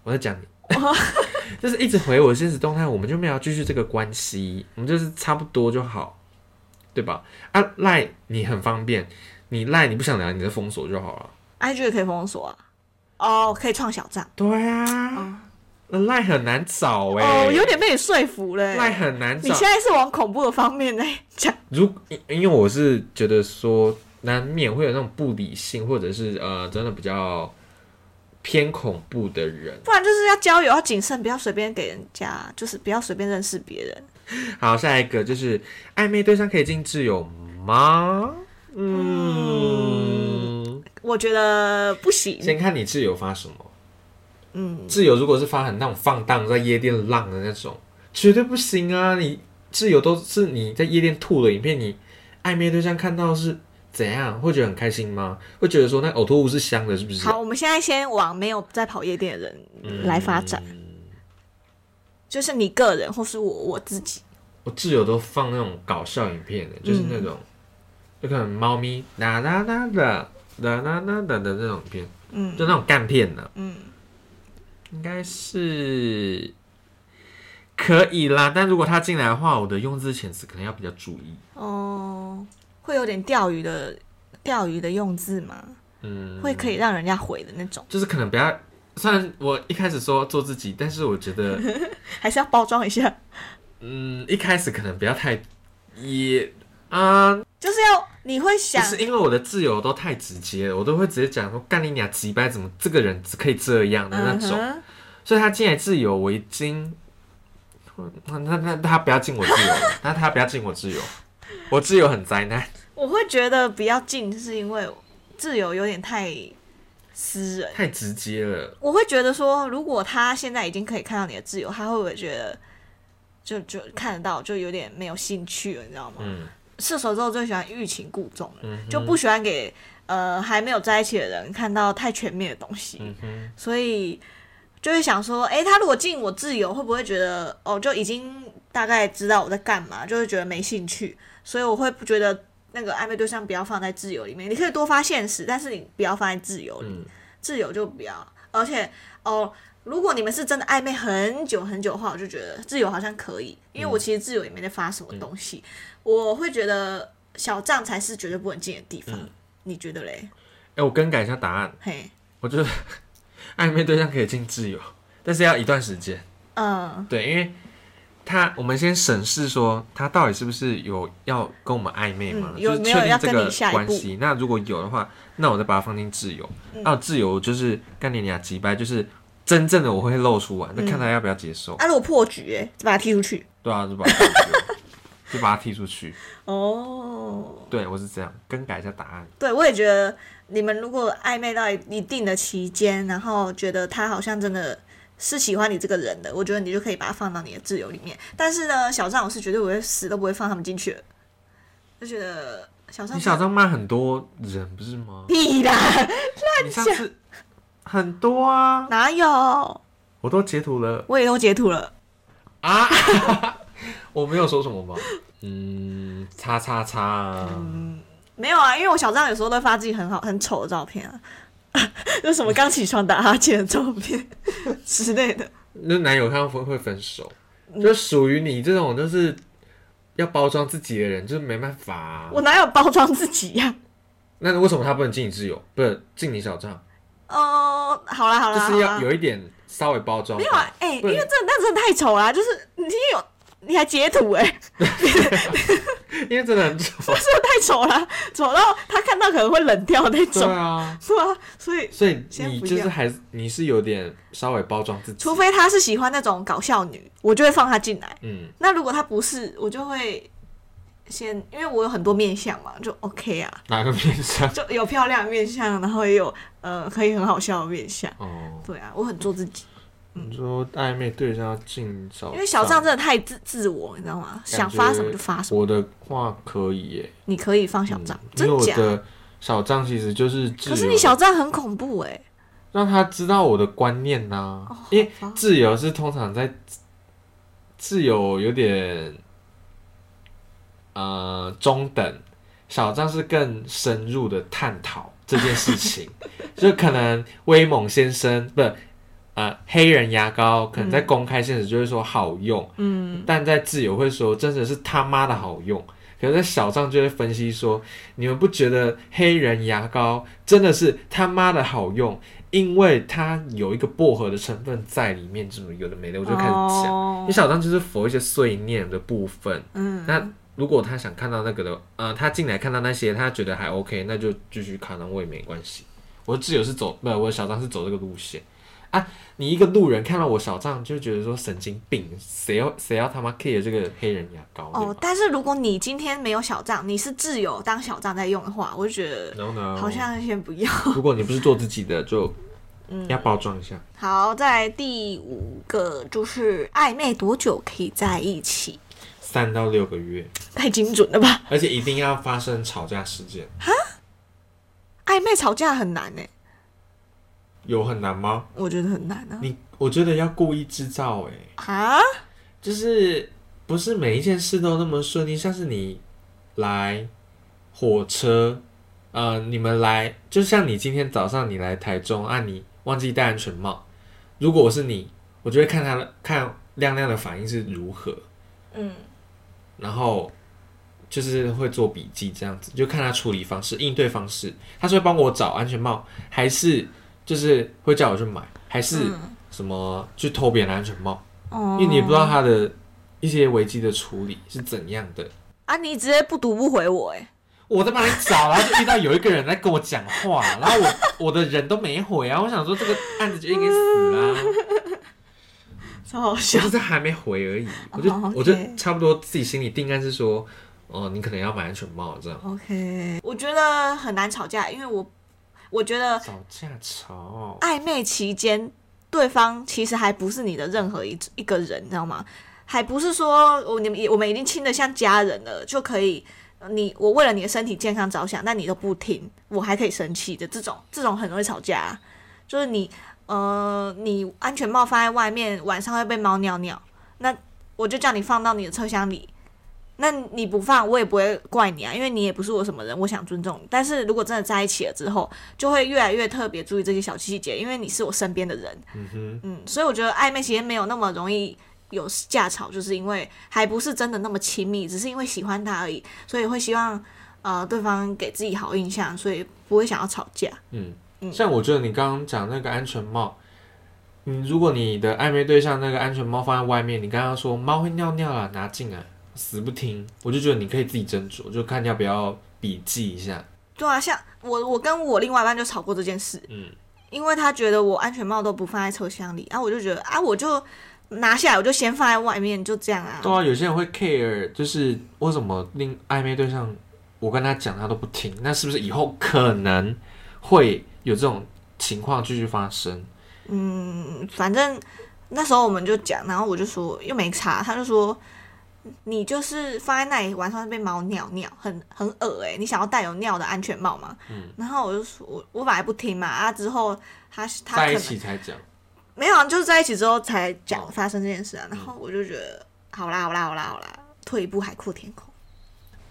我在讲你，
哦
[LAUGHS] 就是一直回我现实动态，我们就没有要继续这个关系，我们就是差不多就好，对吧？啊，赖你很方便，你赖你不想聊，你就封锁就好了。
i G 也可以封锁啊。哦，可以创小账
对啊，
啊。
那赖很难找哎、
哦，有点被你说服了、
赖很难
你
找
现。在是往恐怖的方面在讲，
如因因为我是觉得说，难免会有那种不理性，或者是呃，真的比较偏恐怖的人。
不然就是要交友要谨慎，不要随便给人家，就是不要随便认识别人。
好，下一个就是暧昧对象可以进挚友吗？嗯，
我觉得不行，
先看你挚友发什么。嗯，挚友如果是发很那种放荡在夜店浪的那种，绝对不行啊！你挚友都是你在夜店吐的影片，你暧昧对象看到是怎样？会觉得很开心吗？会觉得说那呕吐物是香的，是不是？
好，我们现在先往没有在跑夜店的
嗯
人来发展，就是你个人或是我我自己。
我挚友都放那种搞笑影片的，
嗯
就是那种，就可能猫咪哒哒哒哒哒哒哒哒的那种片，
嗯
就那种干片呢、
嗯，
应该是可以啦。但如果他进来的话，我的用字遣词可能要比较注意。
哦，会有点钓鱼的钓鱼的用字吗？
嗯，
会可以让人家回的那种，
就是可能不要。虽然我一开始说做自己，但是我觉得，
[LAUGHS] 还是要包装一下，
嗯，一开始可能不要太也啊，
就是要你会
不
想，
是因为我的挚友都太直接了，我都会直接讲说干你俩几掰，怎么这个人可以这样的那
嗯
种。
哼，
所以他进来挚友，我已经，那那那他不要进我挚友
[LAUGHS]
了，那他不要进我挚友，我挚友很灾难。
我会觉得比较近，是因为自由有点太私人。
太直接了，
我会觉得说，如果他现在已经可以看到你的自由，他会不会觉得就就看得到，就有点没有兴趣了，你知道吗？
嗯，
射手座最喜欢欲擒故纵了，
嗯哼
就不喜欢给呃还没有在一起的人看到太全面的东西，
嗯哼，
所以就会想说，诶，他如果进我自由，会不会觉得哦，就已经大概知道我在干嘛，就会觉得没兴趣，所以我会不觉得那个暧昧对象不要放在自由里面，你可以多发现实，但是你不要放在自由里
嗯，
自由就不要。而且哦，如果你们是真的暧昧很久很久的话，我就觉得自由好像可以，因为我其实自由也没在发什么东西，我会觉得小账才是绝对不能进的地方。你觉得嘞？
哎、我更改一下答案，
嘿，
我觉得暧昧对象可以进挚友，但是要一段时间，
嗯，
对，因为他我们先审视说他到底是不是有要跟我们暧昧嘛，
嗯
就
有
是
没有
确定
要
这
跟
个
你下一
关
步嗯
系。那如果有的话，那我再把它放进挚友，那、挚友就是干你俩几掰，就是真正的我会露出
嗯
来，那看他要不要接受，
啊，如果破局、欸，就把它踢出去。
对啊，就把他踢出去 [LAUGHS] 就把他踢出去，
哦，
对我是这样更改一下答案。
对，我也觉得你们如果暧昧到一定的期间，然后觉得他好像真的是喜欢你这个人的，我觉得你就可以把他放到你的自由里面。但是呢，小账我是绝对不会死都不会放他们进去的，就觉得小账
你小张骂很多人不是吗？
屁啦，
你上次很多啊，
哪有？
我都截图了
我也都截图了。
啊，我没有说什么吧？嗯，叉叉叉啊，
没有啊，因为我小账有时候都会发自己很好很丑的照片啊， [LAUGHS] 就什么刚起床打哈欠的照片之类的。
那男友看到会会分手，
嗯
就属于你这种就是要包装自己的人，就是没办法啊、
我哪有包装自己呀、
那为什么他不能进你挚友，不是进你小账？
哦，好啦好
就
啦，
是
好
要
啦
有一点稍微包装吧。
没有啊，哎、因
不
为
然
这那真的太丑啦、啊就是你有你还截图哎、 [LAUGHS]
因为真的很丑。
是不是太丑啊啦？丑到他看到可能会冷掉那
对
种，[LAUGHS]
啊，
是吧？所以，
所以
先
你
不
就是
要
还是你是有点稍微包装自己
除。非他是喜欢那种搞笑女，我就会放他进来。
嗯，
那如果他不是，我就会先，因为我有很多面相嘛，就 OK 啊，
哪个面相？
就有漂亮的面相，然后也有呃可以很好笑的面相。
[LAUGHS] 哦。
对啊，我很做自己，
你说暧昧对象要进小，
嗯因为小账真的太自自我，你知道吗？想发什么就发什么，
我的话可以耶，嗯
你可以放小账，
因为
真
我
假？
的小账其实就是自
可
由
是你小账很恐怖哎、
让他知道我的观念呐、
哦
因为
好吧
自由是通常在自由有点呃中等，小账是更深入的探讨这件事情，就可能威猛先生不呃黑人牙膏可能在公开现实就会说好用。
嗯。
但在自由会说真的是他妈的好用，可是在小账就会分析说，你们不觉得黑人牙膏真的是他妈的好用，因为它有一个薄荷的成分在里面，这种有的没的，我就开始讲。因
哦
为小张就是佛一些碎念的部分，
嗯，
那如果他想看到那个的，呃，他进来看到那些，他觉得还 OK，那就继续看，那我也没关系。我的挚友是走，不，我的小张是走这个路线啊。你一个路人看到我小张，就觉得说神经病，谁要谁要他妈 care 这个黑人牙膏？对
哦，但是如果你今天没有小账，你是挚友当小账在用的话，我就觉得
然后呢，
好像先不要。
[LAUGHS]
[LAUGHS]
如果你不是做自己的，就
嗯
要包装一下。
好，再来第五个就是暧昧多久可以在一起，
三到六个月，
太精准了吧？ [LAUGHS]
而且一定要发生吵架事件，
暧昧吵架很难呢、欸
有很难吗？
我觉得很难啊。
你我觉得要故意制造、欸，
啊，
就是不是每一件事都那么顺利，像是你来火车，呃，你们来，就像你今天早上你来台中啊，你忘记戴安全帽，如果我是你，我就会看他的看亮亮的反应是如何，
嗯，
然后就是会做笔记这样子，就看他处理方式、应对方式，他是会帮我找安全帽，还是就是会叫我去买，还是
嗯
什么去偷别人的安全帽？
哦
因为你也不知道他的一些危机的处理是怎样的。
啊，你直接不读不回我哎、
我在帮你找，然后就遇到有一个人在跟我讲话，然后
[LAUGHS]
我我的人都没回啊，我想说这个案子就应该
[LAUGHS]
死啦、
超好
我
笑。
只是还没回而已，我就、
哦，OK
我就差不多自己心里定案是说，哦、你可能要买安全帽这样。
OK，我觉得很难吵架，因为我我觉得
吵架吵，
暧昧期间，对方其实还不是你的任何一一个人，你知道吗？还不是说我你们我们已经亲的像家人了，就可以呃你我为了你的身体健康着想，但你都不听，我还可以生气的这种，这种很容易吵架啊、就是你呃，你安全帽放在外面，晚上会被猫尿尿，那我就叫你放到你的车厢里。那你不放，我也不会怪你啊，因为你也不是我什么人，我想尊重你。但是如果真的在一起了之后，就会越来越特别注意这些小细节，因为你是我身边的人，
嗯哼，
嗯，所以我觉得暧昧期间没有那么容易有架吵，就是因为还不是真的那么亲密，只是因为喜欢他而已，所以会希望呃对方给自己好印象，所以不会想要吵架。
嗯，
嗯
像我觉得你刚刚讲那个安全帽。嗯，如果你的暧昧对象那个安全帽放在外面，你刚刚说猫会尿尿啦，拿进来，死不听，我就觉得你可以自己斟酌，就看要不要笔记一下。
对啊，像我我跟我另外一半就吵过这件事，
嗯，
因为他觉得我安全帽都不放在车厢里，然、后我就觉得啊，我就拿下来，我就先放在外面，就这样啊。
对啊，有些人会 care，就是为什么另暧昧对象，我跟他讲他都不听，那是不是以后可能会有这种情况继续发生？
嗯，反正那时候我们就讲，然后我就说又没查，他就说你就是放在那里晚上被猫尿尿，很很恶哎、你想要戴有尿的安全帽吗？
嗯
然后我就说，我我本来不听嘛，啊之后他他可
在一
能
起才讲，
没有啊，就是在一起之后才
哦嗯
讲发生这件事啊，然后我就觉得好啦好啦好啦好啦，退一步海阔天空。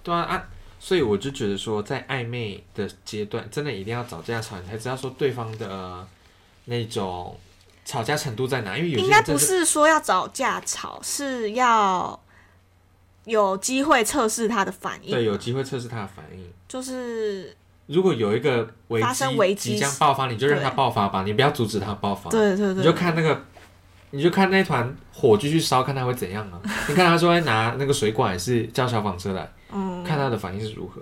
对啊啊，所以我就觉得说，在暧昧的阶段，真的一定要找架吵，你才知道说对方的、呃那种吵架程度在哪，因为有
应
些
该
人真
不
的是
是说要找架吵，是要有机会测试他的反应。
对有机会测试他的反应。
就是
如果有一个危
发生危机
即将爆发，你就让它
对
爆发吧，你不要阻止它爆发。
对对
哦你
对，
就看那个，你就看那团火继续烧，看它会怎样
[LAUGHS]
啊？你看他说会拿那个水管，还是叫消防车来，
嗯
看他的反应是如何。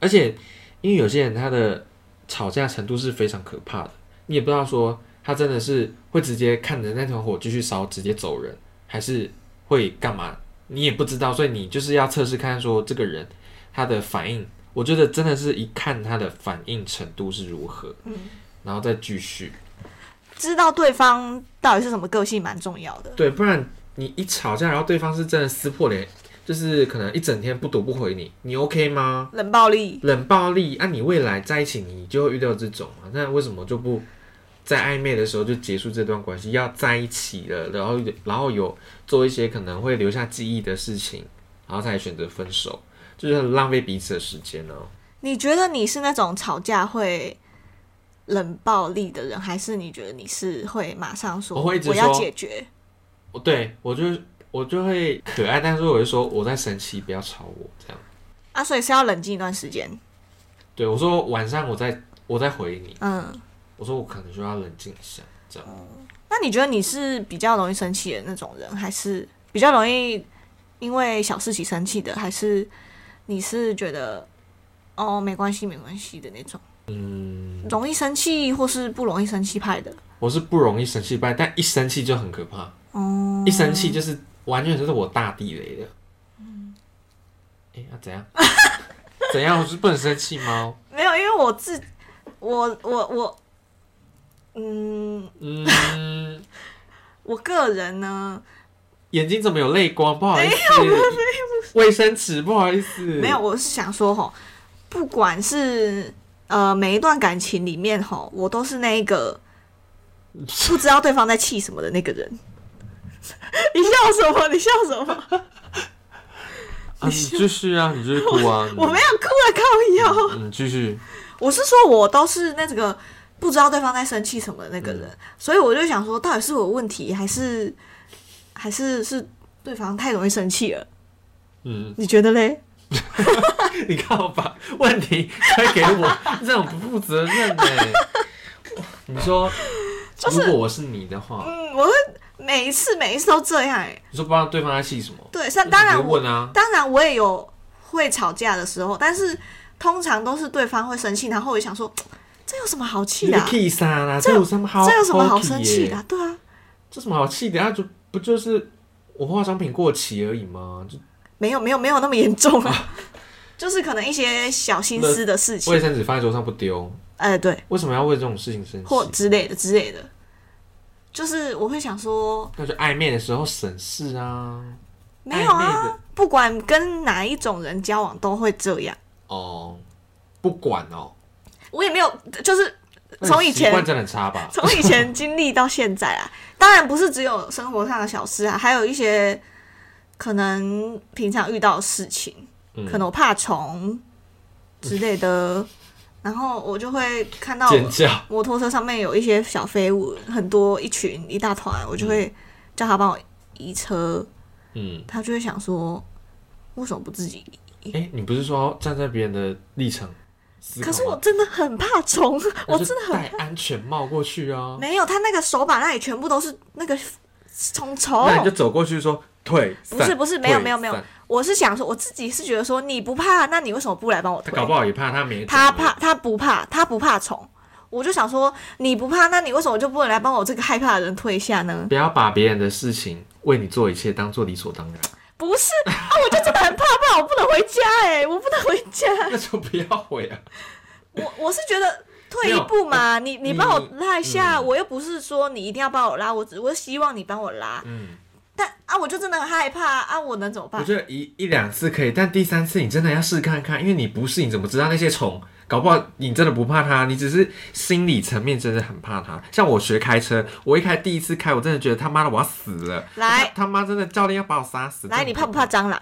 而且，因为有些人他的吵架程度是非常可怕的，你也不知道说他真的是会直接看着那团火继续烧，直接走人，还是会干嘛？你也不知道，所以你就是要测试看说这个人他的反应。我觉得真的是一看他的反应程度是如何，
嗯
然后再继续。
知道对方到底是什么个性蛮重要的。
对，不然你一吵架，然后对方是真的撕破脸，就是可能一整天不读不回你，你 OK 吗？
冷暴力，
冷暴力，啊，你未来在一起你就会遇到这种啊，那为什么就不在暧昧的时候就结束这段关系？要在一起了，然后然后有做一些可能会留下记忆的事情，然后才选择分手，就是很浪费彼此的时间呢、哦
你觉得你是那种吵架会冷暴力的人，还是你觉得你是会马上说
我会一直
我要
说
解决？
哦，对我就我就会可爱，但是我就说我在生气，不要吵我这样。
啊，所以是要冷静一段时间。
对我说晚上我再我再回你。
嗯，
我说我可能就要冷静一下，这样。
那你觉得你是比较容易生气的那种人，还是比较容易因为小事情生气的，还是你是觉得哦没关系没关系的那种？嗯，容易生气或是不容易生气派的？
我是不容易生气派，但一生气就很可怕。
哦，
一生气就是完全就是我大地雷的。嗯，哎、
[LAUGHS]
那、怎样？怎样？我是不能生气吗？
没有，因为我自我我我，嗯，
嗯，
我个人呢
眼睛怎么有泪光？不好意思，卫生纸，不好意思，
没有，，我是想说吼，不管是呃每一段感情里面吼，我都是那一个不知道对方在气什么的那个人。 [LAUGHS] 你笑什么？你笑什么？
啊、你继续啊，你继续哭啊，
[LAUGHS] 我没有哭啊，靠腰。
嗯，继续，
我是说，我都是那个不知道对方在生气什么的那个人，所以我就想说，到底是我问题，还是还是是对方太容易生气了？
嗯，
你觉得嘞？
你看我把问题推给我，这种不负责任呢、你说，如果我是你的话，
嗯，我会每一次每一次都这样哎、
你说不知道对方在气什么，
对，但当
你
然
直接
我
问啊，
当然我也有会吵架的时候，但是通常都是对方会生气，然后我就想说，这有什么好气
你
的
的
啊、
气啥啦？
这
这有什么好？
这有什么好生气的啊、
耶？
对啊，
这什么好气的？啊，就不就是我化妆品过期而已吗？就
没有没有没有那么严重啊， [LAUGHS] 就是可能一些小心思的事情
卫，生纸放在桌上不丢，
哎、对，
为什么要为这种事情生
或
气？
之类的之类的，就是我会想说，
那就暧昧的时候省事啊。
没有
暧昧
啊
的，
不管跟哪一种人交往都会这样，
哦，不管哦，
我也没有，就是
那你
从以
习
前
惯真的很差
[LAUGHS]
吧？
从以前经历到现在啊，当然不是只有生活上的小事啊，还有一些可能平常遇到的事情，
嗯
可能我怕虫之类的， [LAUGHS] 然后我就会看到
尖叫，
摩托车上面有一些小飞舞，很多一群一大团，我就会叫他帮我移车，
嗯，
他就会想说为什么不自己移？
哎、你不是说站在别人的立场思考
可
吗？
是我真的很怕虫，我
那就
真的很
戴安全帽过去啊，
没有，他那个手把那里全部都是那个虫虫。
那你就走过去说退，
不是
散
不是，没有
退
没有没有
散，
我是想说，我自己是觉得说你不怕，那你为什么不来帮我
他
推？
搞不好也怕他没
他
走
怕他不怕他不怕虫，我就想说你不怕，那你为什么就不能来帮我这个害怕的人推一下呢？
不要把别人的事情为你做一切当做理所当然， [LAUGHS]
不是啊，我就真的很怕，不然我不能回家哎、我不能回家。
那就不要回
[LAUGHS]
啊。
我我是觉得退一步嘛，你你帮我拉一
嗯
下，我又不是说你一定要帮我拉，我只我希望你帮我拉，
嗯，
但啊，我就真的很害怕啊，我能怎么
我
办？
觉得一一两次可以，但第三次你真的要试看看，因为你不试你怎么知道那些虫？搞不好你真的不怕它，你只是心理层面真的很怕它。像我学开车，我一开第一次开，我真的觉得他妈的我要死了，
来
他他妈真的教练要把我杀死。
来，
真的
你怕不怕蟑螂？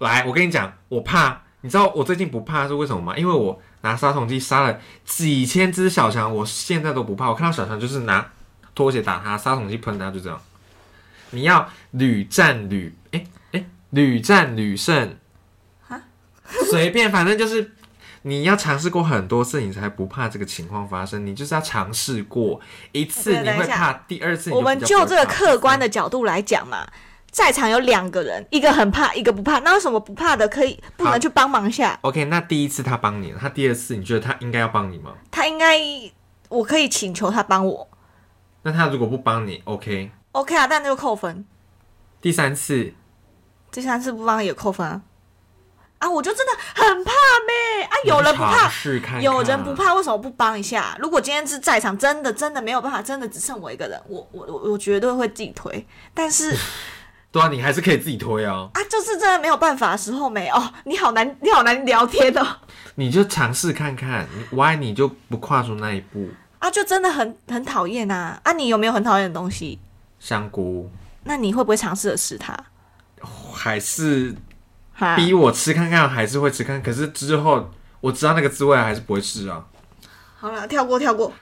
来，我跟你讲，我怕，你知道我最近不怕是为什么吗？因为我拿杀虫剂杀了几千只小强，我现在都不怕。我看到小强就是拿拖鞋打它，杀虫剂喷它，就这样。你要屡战屡，哎、哎、屡战屡胜
啊，
随便，反正就是。你要尝试过很多次，你才不怕这个情况发生。你就是要尝试过一次，
对
你
等
会
一下
怕；第二次，
我们就这个客观的
嗯
角度来讲嘛，在场有两个人，一个很怕，一个不怕。那为什么不怕的可以不能去帮忙一下？
OK，那第一次他帮你了，他第二次你觉得他应该要帮你吗？
他应该，我可以请求他帮我。
那他如果不帮你，OK，
OK 啊，但那就扣分。
第三次
第三次不帮也扣分啊！啊，我就真的很怕呗！啊，有人不
你尝
怕，
试看看
有人不，怕，为什么不帮一下？如果今天是在场，真的真的没有办法，真的只剩我一个人，我我我我绝对会自己推。但
[LAUGHS]
是
对啊，你还是可以自己推哦，
啊，就是真的没有办法的时候没哦，你好难你好难聊天哦。
你就尝试看看，why 你就不跨出那一步？
啊，就真的很很讨厌啊！啊，你有没有很讨厌的东西？
香菇
那你会不会尝试着吃它？
还是
哈，
啊逼我吃看看，还是会吃看，可是之后我知道那个滋味，还是不会吃啊。
好了，跳过跳过，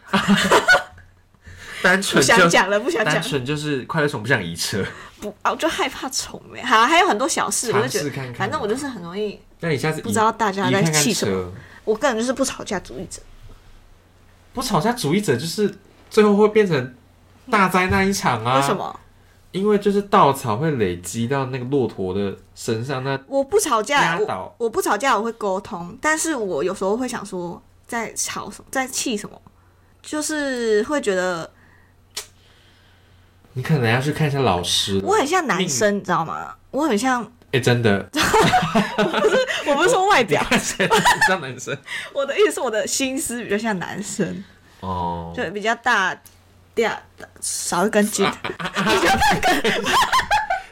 单
不
纯
想
就
讲了，不想
单
讲，
纯就是快乐虫不想移车。
不啊，我就害怕虫呗。好啦，还有很多小事，我就觉得，
尝试看看
反正我就是很容易，
那你下次移
不知道大家
移
在
看看
气什么。
车，
我个人就是不吵架主义者。
不吵架主义者就是最后会变成大灾难一场啊！
为什？么？
因为就是稻草会累积到那个骆驼的身上，那
我不吵架，
压
我
倒
我不吵架，我会沟通，但是我有时候会想说，在吵什么，在气什么，就是会觉得
你可能要去看一下老师了。
我很像男生，你知道吗？我很
[LAUGHS]
像，
哎、真的，
我不是说外
你
表，
看起来很像男生
我的意思是我的心思比较像男生，
[LAUGHS] 哦。
就比较大，大大少一根筋，
[LAUGHS]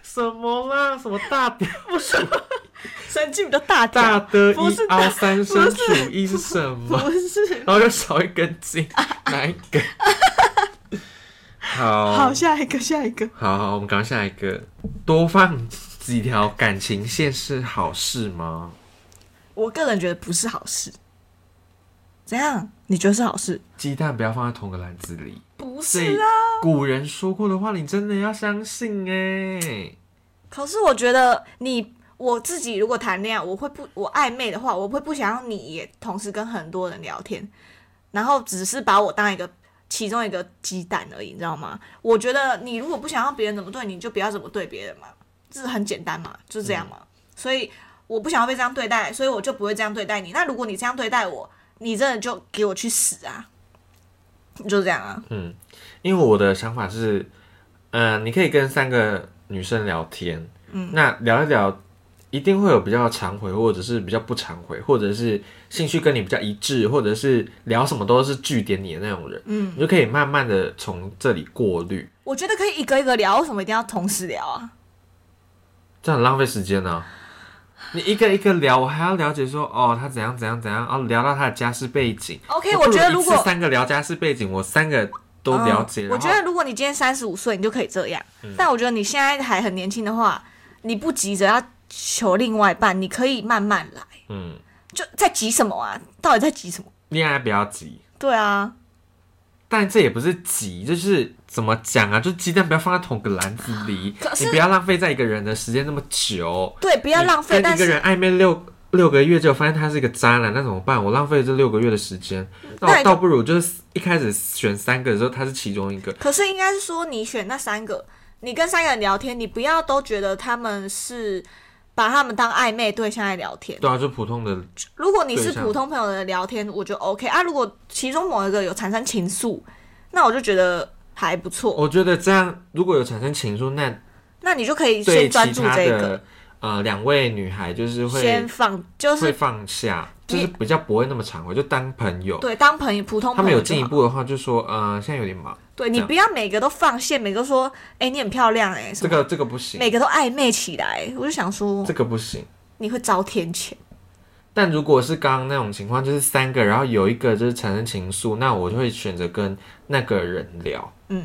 什么啦？什么大 [LAUGHS] 屌
神经比较大条
大的
不
一
是
凹三生
不
主义是什么？
不是。
然后就少一根
[LAUGHS]
筋，哪一根？好，
好，下一个，下一个。
好好，我们赶快下一个，多放几条感情线是好事吗？
我个人觉得不是好事。怎样？你觉得是好事？
鸡蛋不要放在同个篮子里，
不
是
啊。
古人说过的话，你真的要相信哎、
可是我觉得你我自己如果谈恋爱，我会不我暧昧的话，我会不想要你也同时跟很多人聊天，然后只是把我当一个其中一个鸡蛋而已，你知道吗？我觉得你如果不想要别人怎么对你，你就不要怎么对别人嘛，这是很简单嘛，就是这样嘛。所以我不想要被这样对待，所以我就不会这样对待你。那如果你这样对待我，你真的就给我去死啊！就这样啊，
因为我的想法是，嗯、你可以跟三个女生聊天，嗯，那聊一聊，一定会有比较常回，或者是比较不常回，或者是兴趣跟你比较一致，或者是聊什么都是据点你的那种人，嗯，你就可以慢慢的从这里过滤，
我觉得可以一个一个聊，为什么一定要同时聊啊？
这样很浪费时间呢、啊你一个一个聊，我还要了解说，哦，他怎样怎样怎样，哦，聊到他的家世背景。
OK，
不
我觉得
一
如
次
果
三个聊家世背景，我三个都了
嗯
解，
我
然后嗯
觉得如果你今天三十五岁，你就可以这样。但我觉得你现在还很年轻的话，你不急着要求另外一半，你可以慢慢来。
嗯，
就在急什么啊？到底在急什么？
恋爱不要急。
对啊，
但这也不是急，就是怎么讲啊？就鸡蛋不要放在同个篮子里
可，是
你不要浪费在一个人的时间那么久，
对，不
不
要浪费。
跟
但
一个
是
人暧昧六六个月，就发现他是一个渣男，那怎么办？我浪费了这六个月的时间，那
那
我
你
倒不如就是一开始选三个的时候，他是其中一个。
可是应该是说，你选那三个，你跟三个人聊天，你不要都觉得他们是把他们当暧昧对象来聊天。
对啊，就普通的，
如果你是
对象
普通朋友的聊天，我觉得 OK 啊。如果其中某一个有产生情愫，那我就觉得还不错。
我觉得这样如果有产生情愫，那
那你就可以
对
先
其
专注
他
这个。
的呃两位女孩就是会
先放，就
会
是
放下，就
你
是比较不会那么常回，就当朋友。
对当朋友普通
他
朋
们
友
有
就
进一
好。
步的话，就说呃现在有点忙。
对
这
你
样
不要每个都放线，每个都说哎、你很漂亮哎、什
这
么，
个这个不行，
每个都暧昧起来，我就想说
这个不行。
你会遭天谴。
但如果是刚刚那种情况，就是三个，然后有一个就是产生情愫，那我就会选择跟那个人聊，
嗯，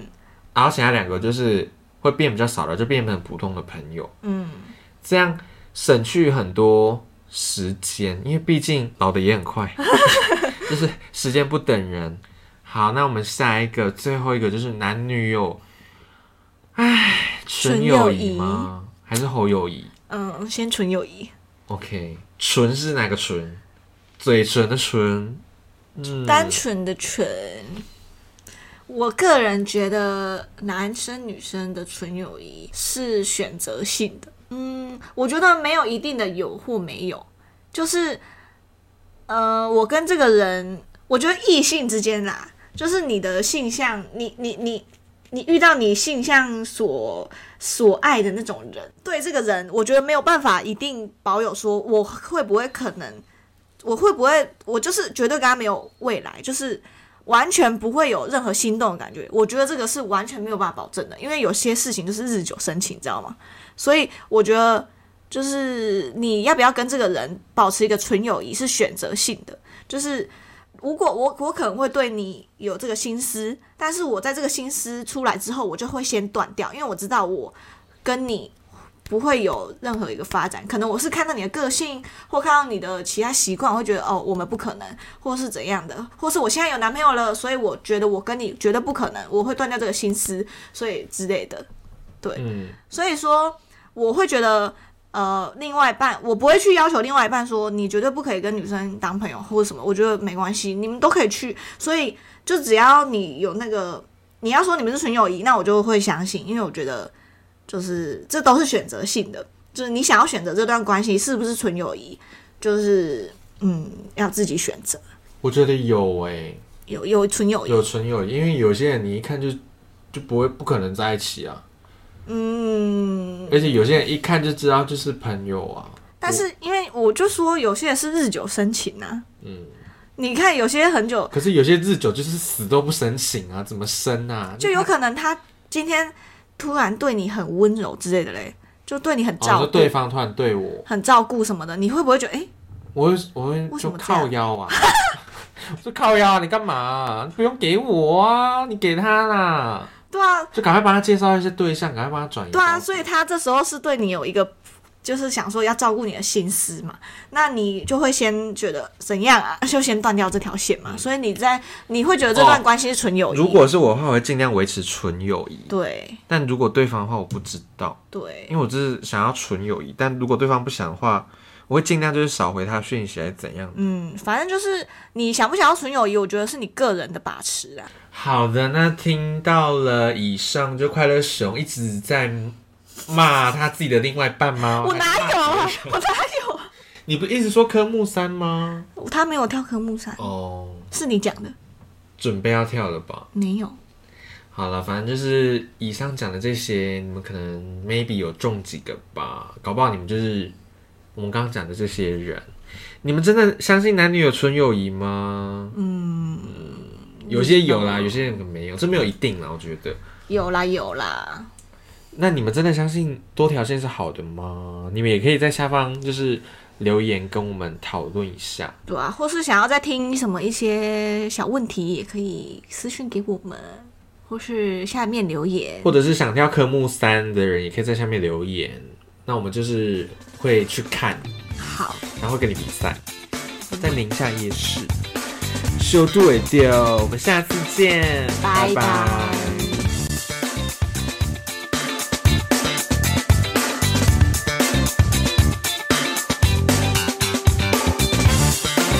然后其他两个就是会变比较少了，就变成普通的朋友，嗯，这样省去很多时间，因为毕竟老的也很 [LAUGHS] 快，就是时间不等人。好，那我们下一个最后一个就是男女友，唉，纯
纯
友
友
谊
谊
吗？还是侯友谊？
嗯，先纯友谊，
OK，唇是哪个唇？嘴唇的唇。嗯，
单纯的纯。我个人觉得男生女生的纯友谊是选择性的，嗯，我觉得没有一定的有或没有，就是，呃，我跟这个人，我觉得异性之间啦，就是你的性向，你你你你遇到你性向所所爱的那种人，对这个人，我觉得没有办法一定保有说我会不会可能，我会不会我就是绝对跟他没有未来，就是完全不会有任何心动的感觉。我觉得这个是完全没有办法保证的，因为有些事情就是日久生情，你知道吗？所以我觉得。就是你要不要跟这个人保持一个纯友谊是选择性的，就是如果我我可能会对你有这个心思，但是我在这个心思出来之后，我就会先断掉，因为我知道我跟你不会有任何一个发展。可能我是看到你的个性，或看到你的其他习惯，我会觉得哦，我们不可能，或是怎样的，或是我现在有男朋友了，所以我觉得我跟你绝对不可能，我会断掉这个心思，所以之类的。
嗯，
所以说，我会觉得呃，另外一半，我不会去要求另外一半说你绝对不可以跟女生当朋友或者什么，我觉得没关系，你们都可以去。所以就只要你有那个，你要说你们是纯友谊，那我就会相信，因为我觉得就是这都是选择性的，就是你想要选择这段关系是不是纯友谊，就是嗯要自己选择。
我觉得有哎、
有有纯友谊，
有纯友谊，因为有些人你一看就就不会不可能在一起啊，
嗯，
而且有些人一看就知道就是朋友啊，
但是因为我就说有些是日久生情啊，
嗯，
你看有些很久，
可是有些日久就是死都不申请啊，怎么生啊？
就有可能他今天突然对你很温柔之类的嘞，就对你很
哦，你
照
说
顾、
对方突然对我，
很照顾什么的，你会不会觉得哎、诶
我会我会
为什
就
么这样
靠腰啊， [LAUGHS] 我说靠腰、啊，你干嘛啊、你不用给我啊，你给他啦，
对啊，
就赶快帮他介绍一些对象，赶快帮他转移。
对啊，所以他这时候是对你有一个。就是想说要照顾你的心思嘛，那你就会先觉得怎样啊， [LAUGHS] 就先断掉这条线嘛。所以你在你会觉得这段关系是纯友谊，
嗯哦如果是我的话，我会尽量维持纯友谊，
对
但如果对方的话，我不知道。
对
因为我就是想要纯友谊，但如果对方不想的话，我会尽量就是少回他讯息，还是怎样。
嗯，反正就是你想不想要纯友谊，我觉得是你个人的把持啊。
好的，那听到了以上，就快乐熊一直在骂他自己的另外一半吗？
我哪有 [LAUGHS] 啊？
哎
我哪
你不一直说科目三吗？
有？他没有跳科目三，
哦，
是你讲的，
准备要跳了吧？
没有。
好了，反正就是以上讲的这些，你们可能 maybe 有中几个吧，搞不好你们就是我们刚刚讲的这些人，你们真的相信男女有纯友谊吗？嗯，有些有啊啦，有些人可能没有，这没有一定啦，我觉得。
有啦有啦，
那你们真的相信多条线是好的吗？你们也可以在下方就是留言跟我们讨论一下。
对啊，或是想要再听什么一些小问题，也可以私讯给我们，或是下面留言。
或者是想跳科目三的人，也可以在下面留言，那我们就是会去看。
好，
然后跟你比赛，在宁夏夜市。修度尾丢，我们下次见，
拜
拜
拜
拜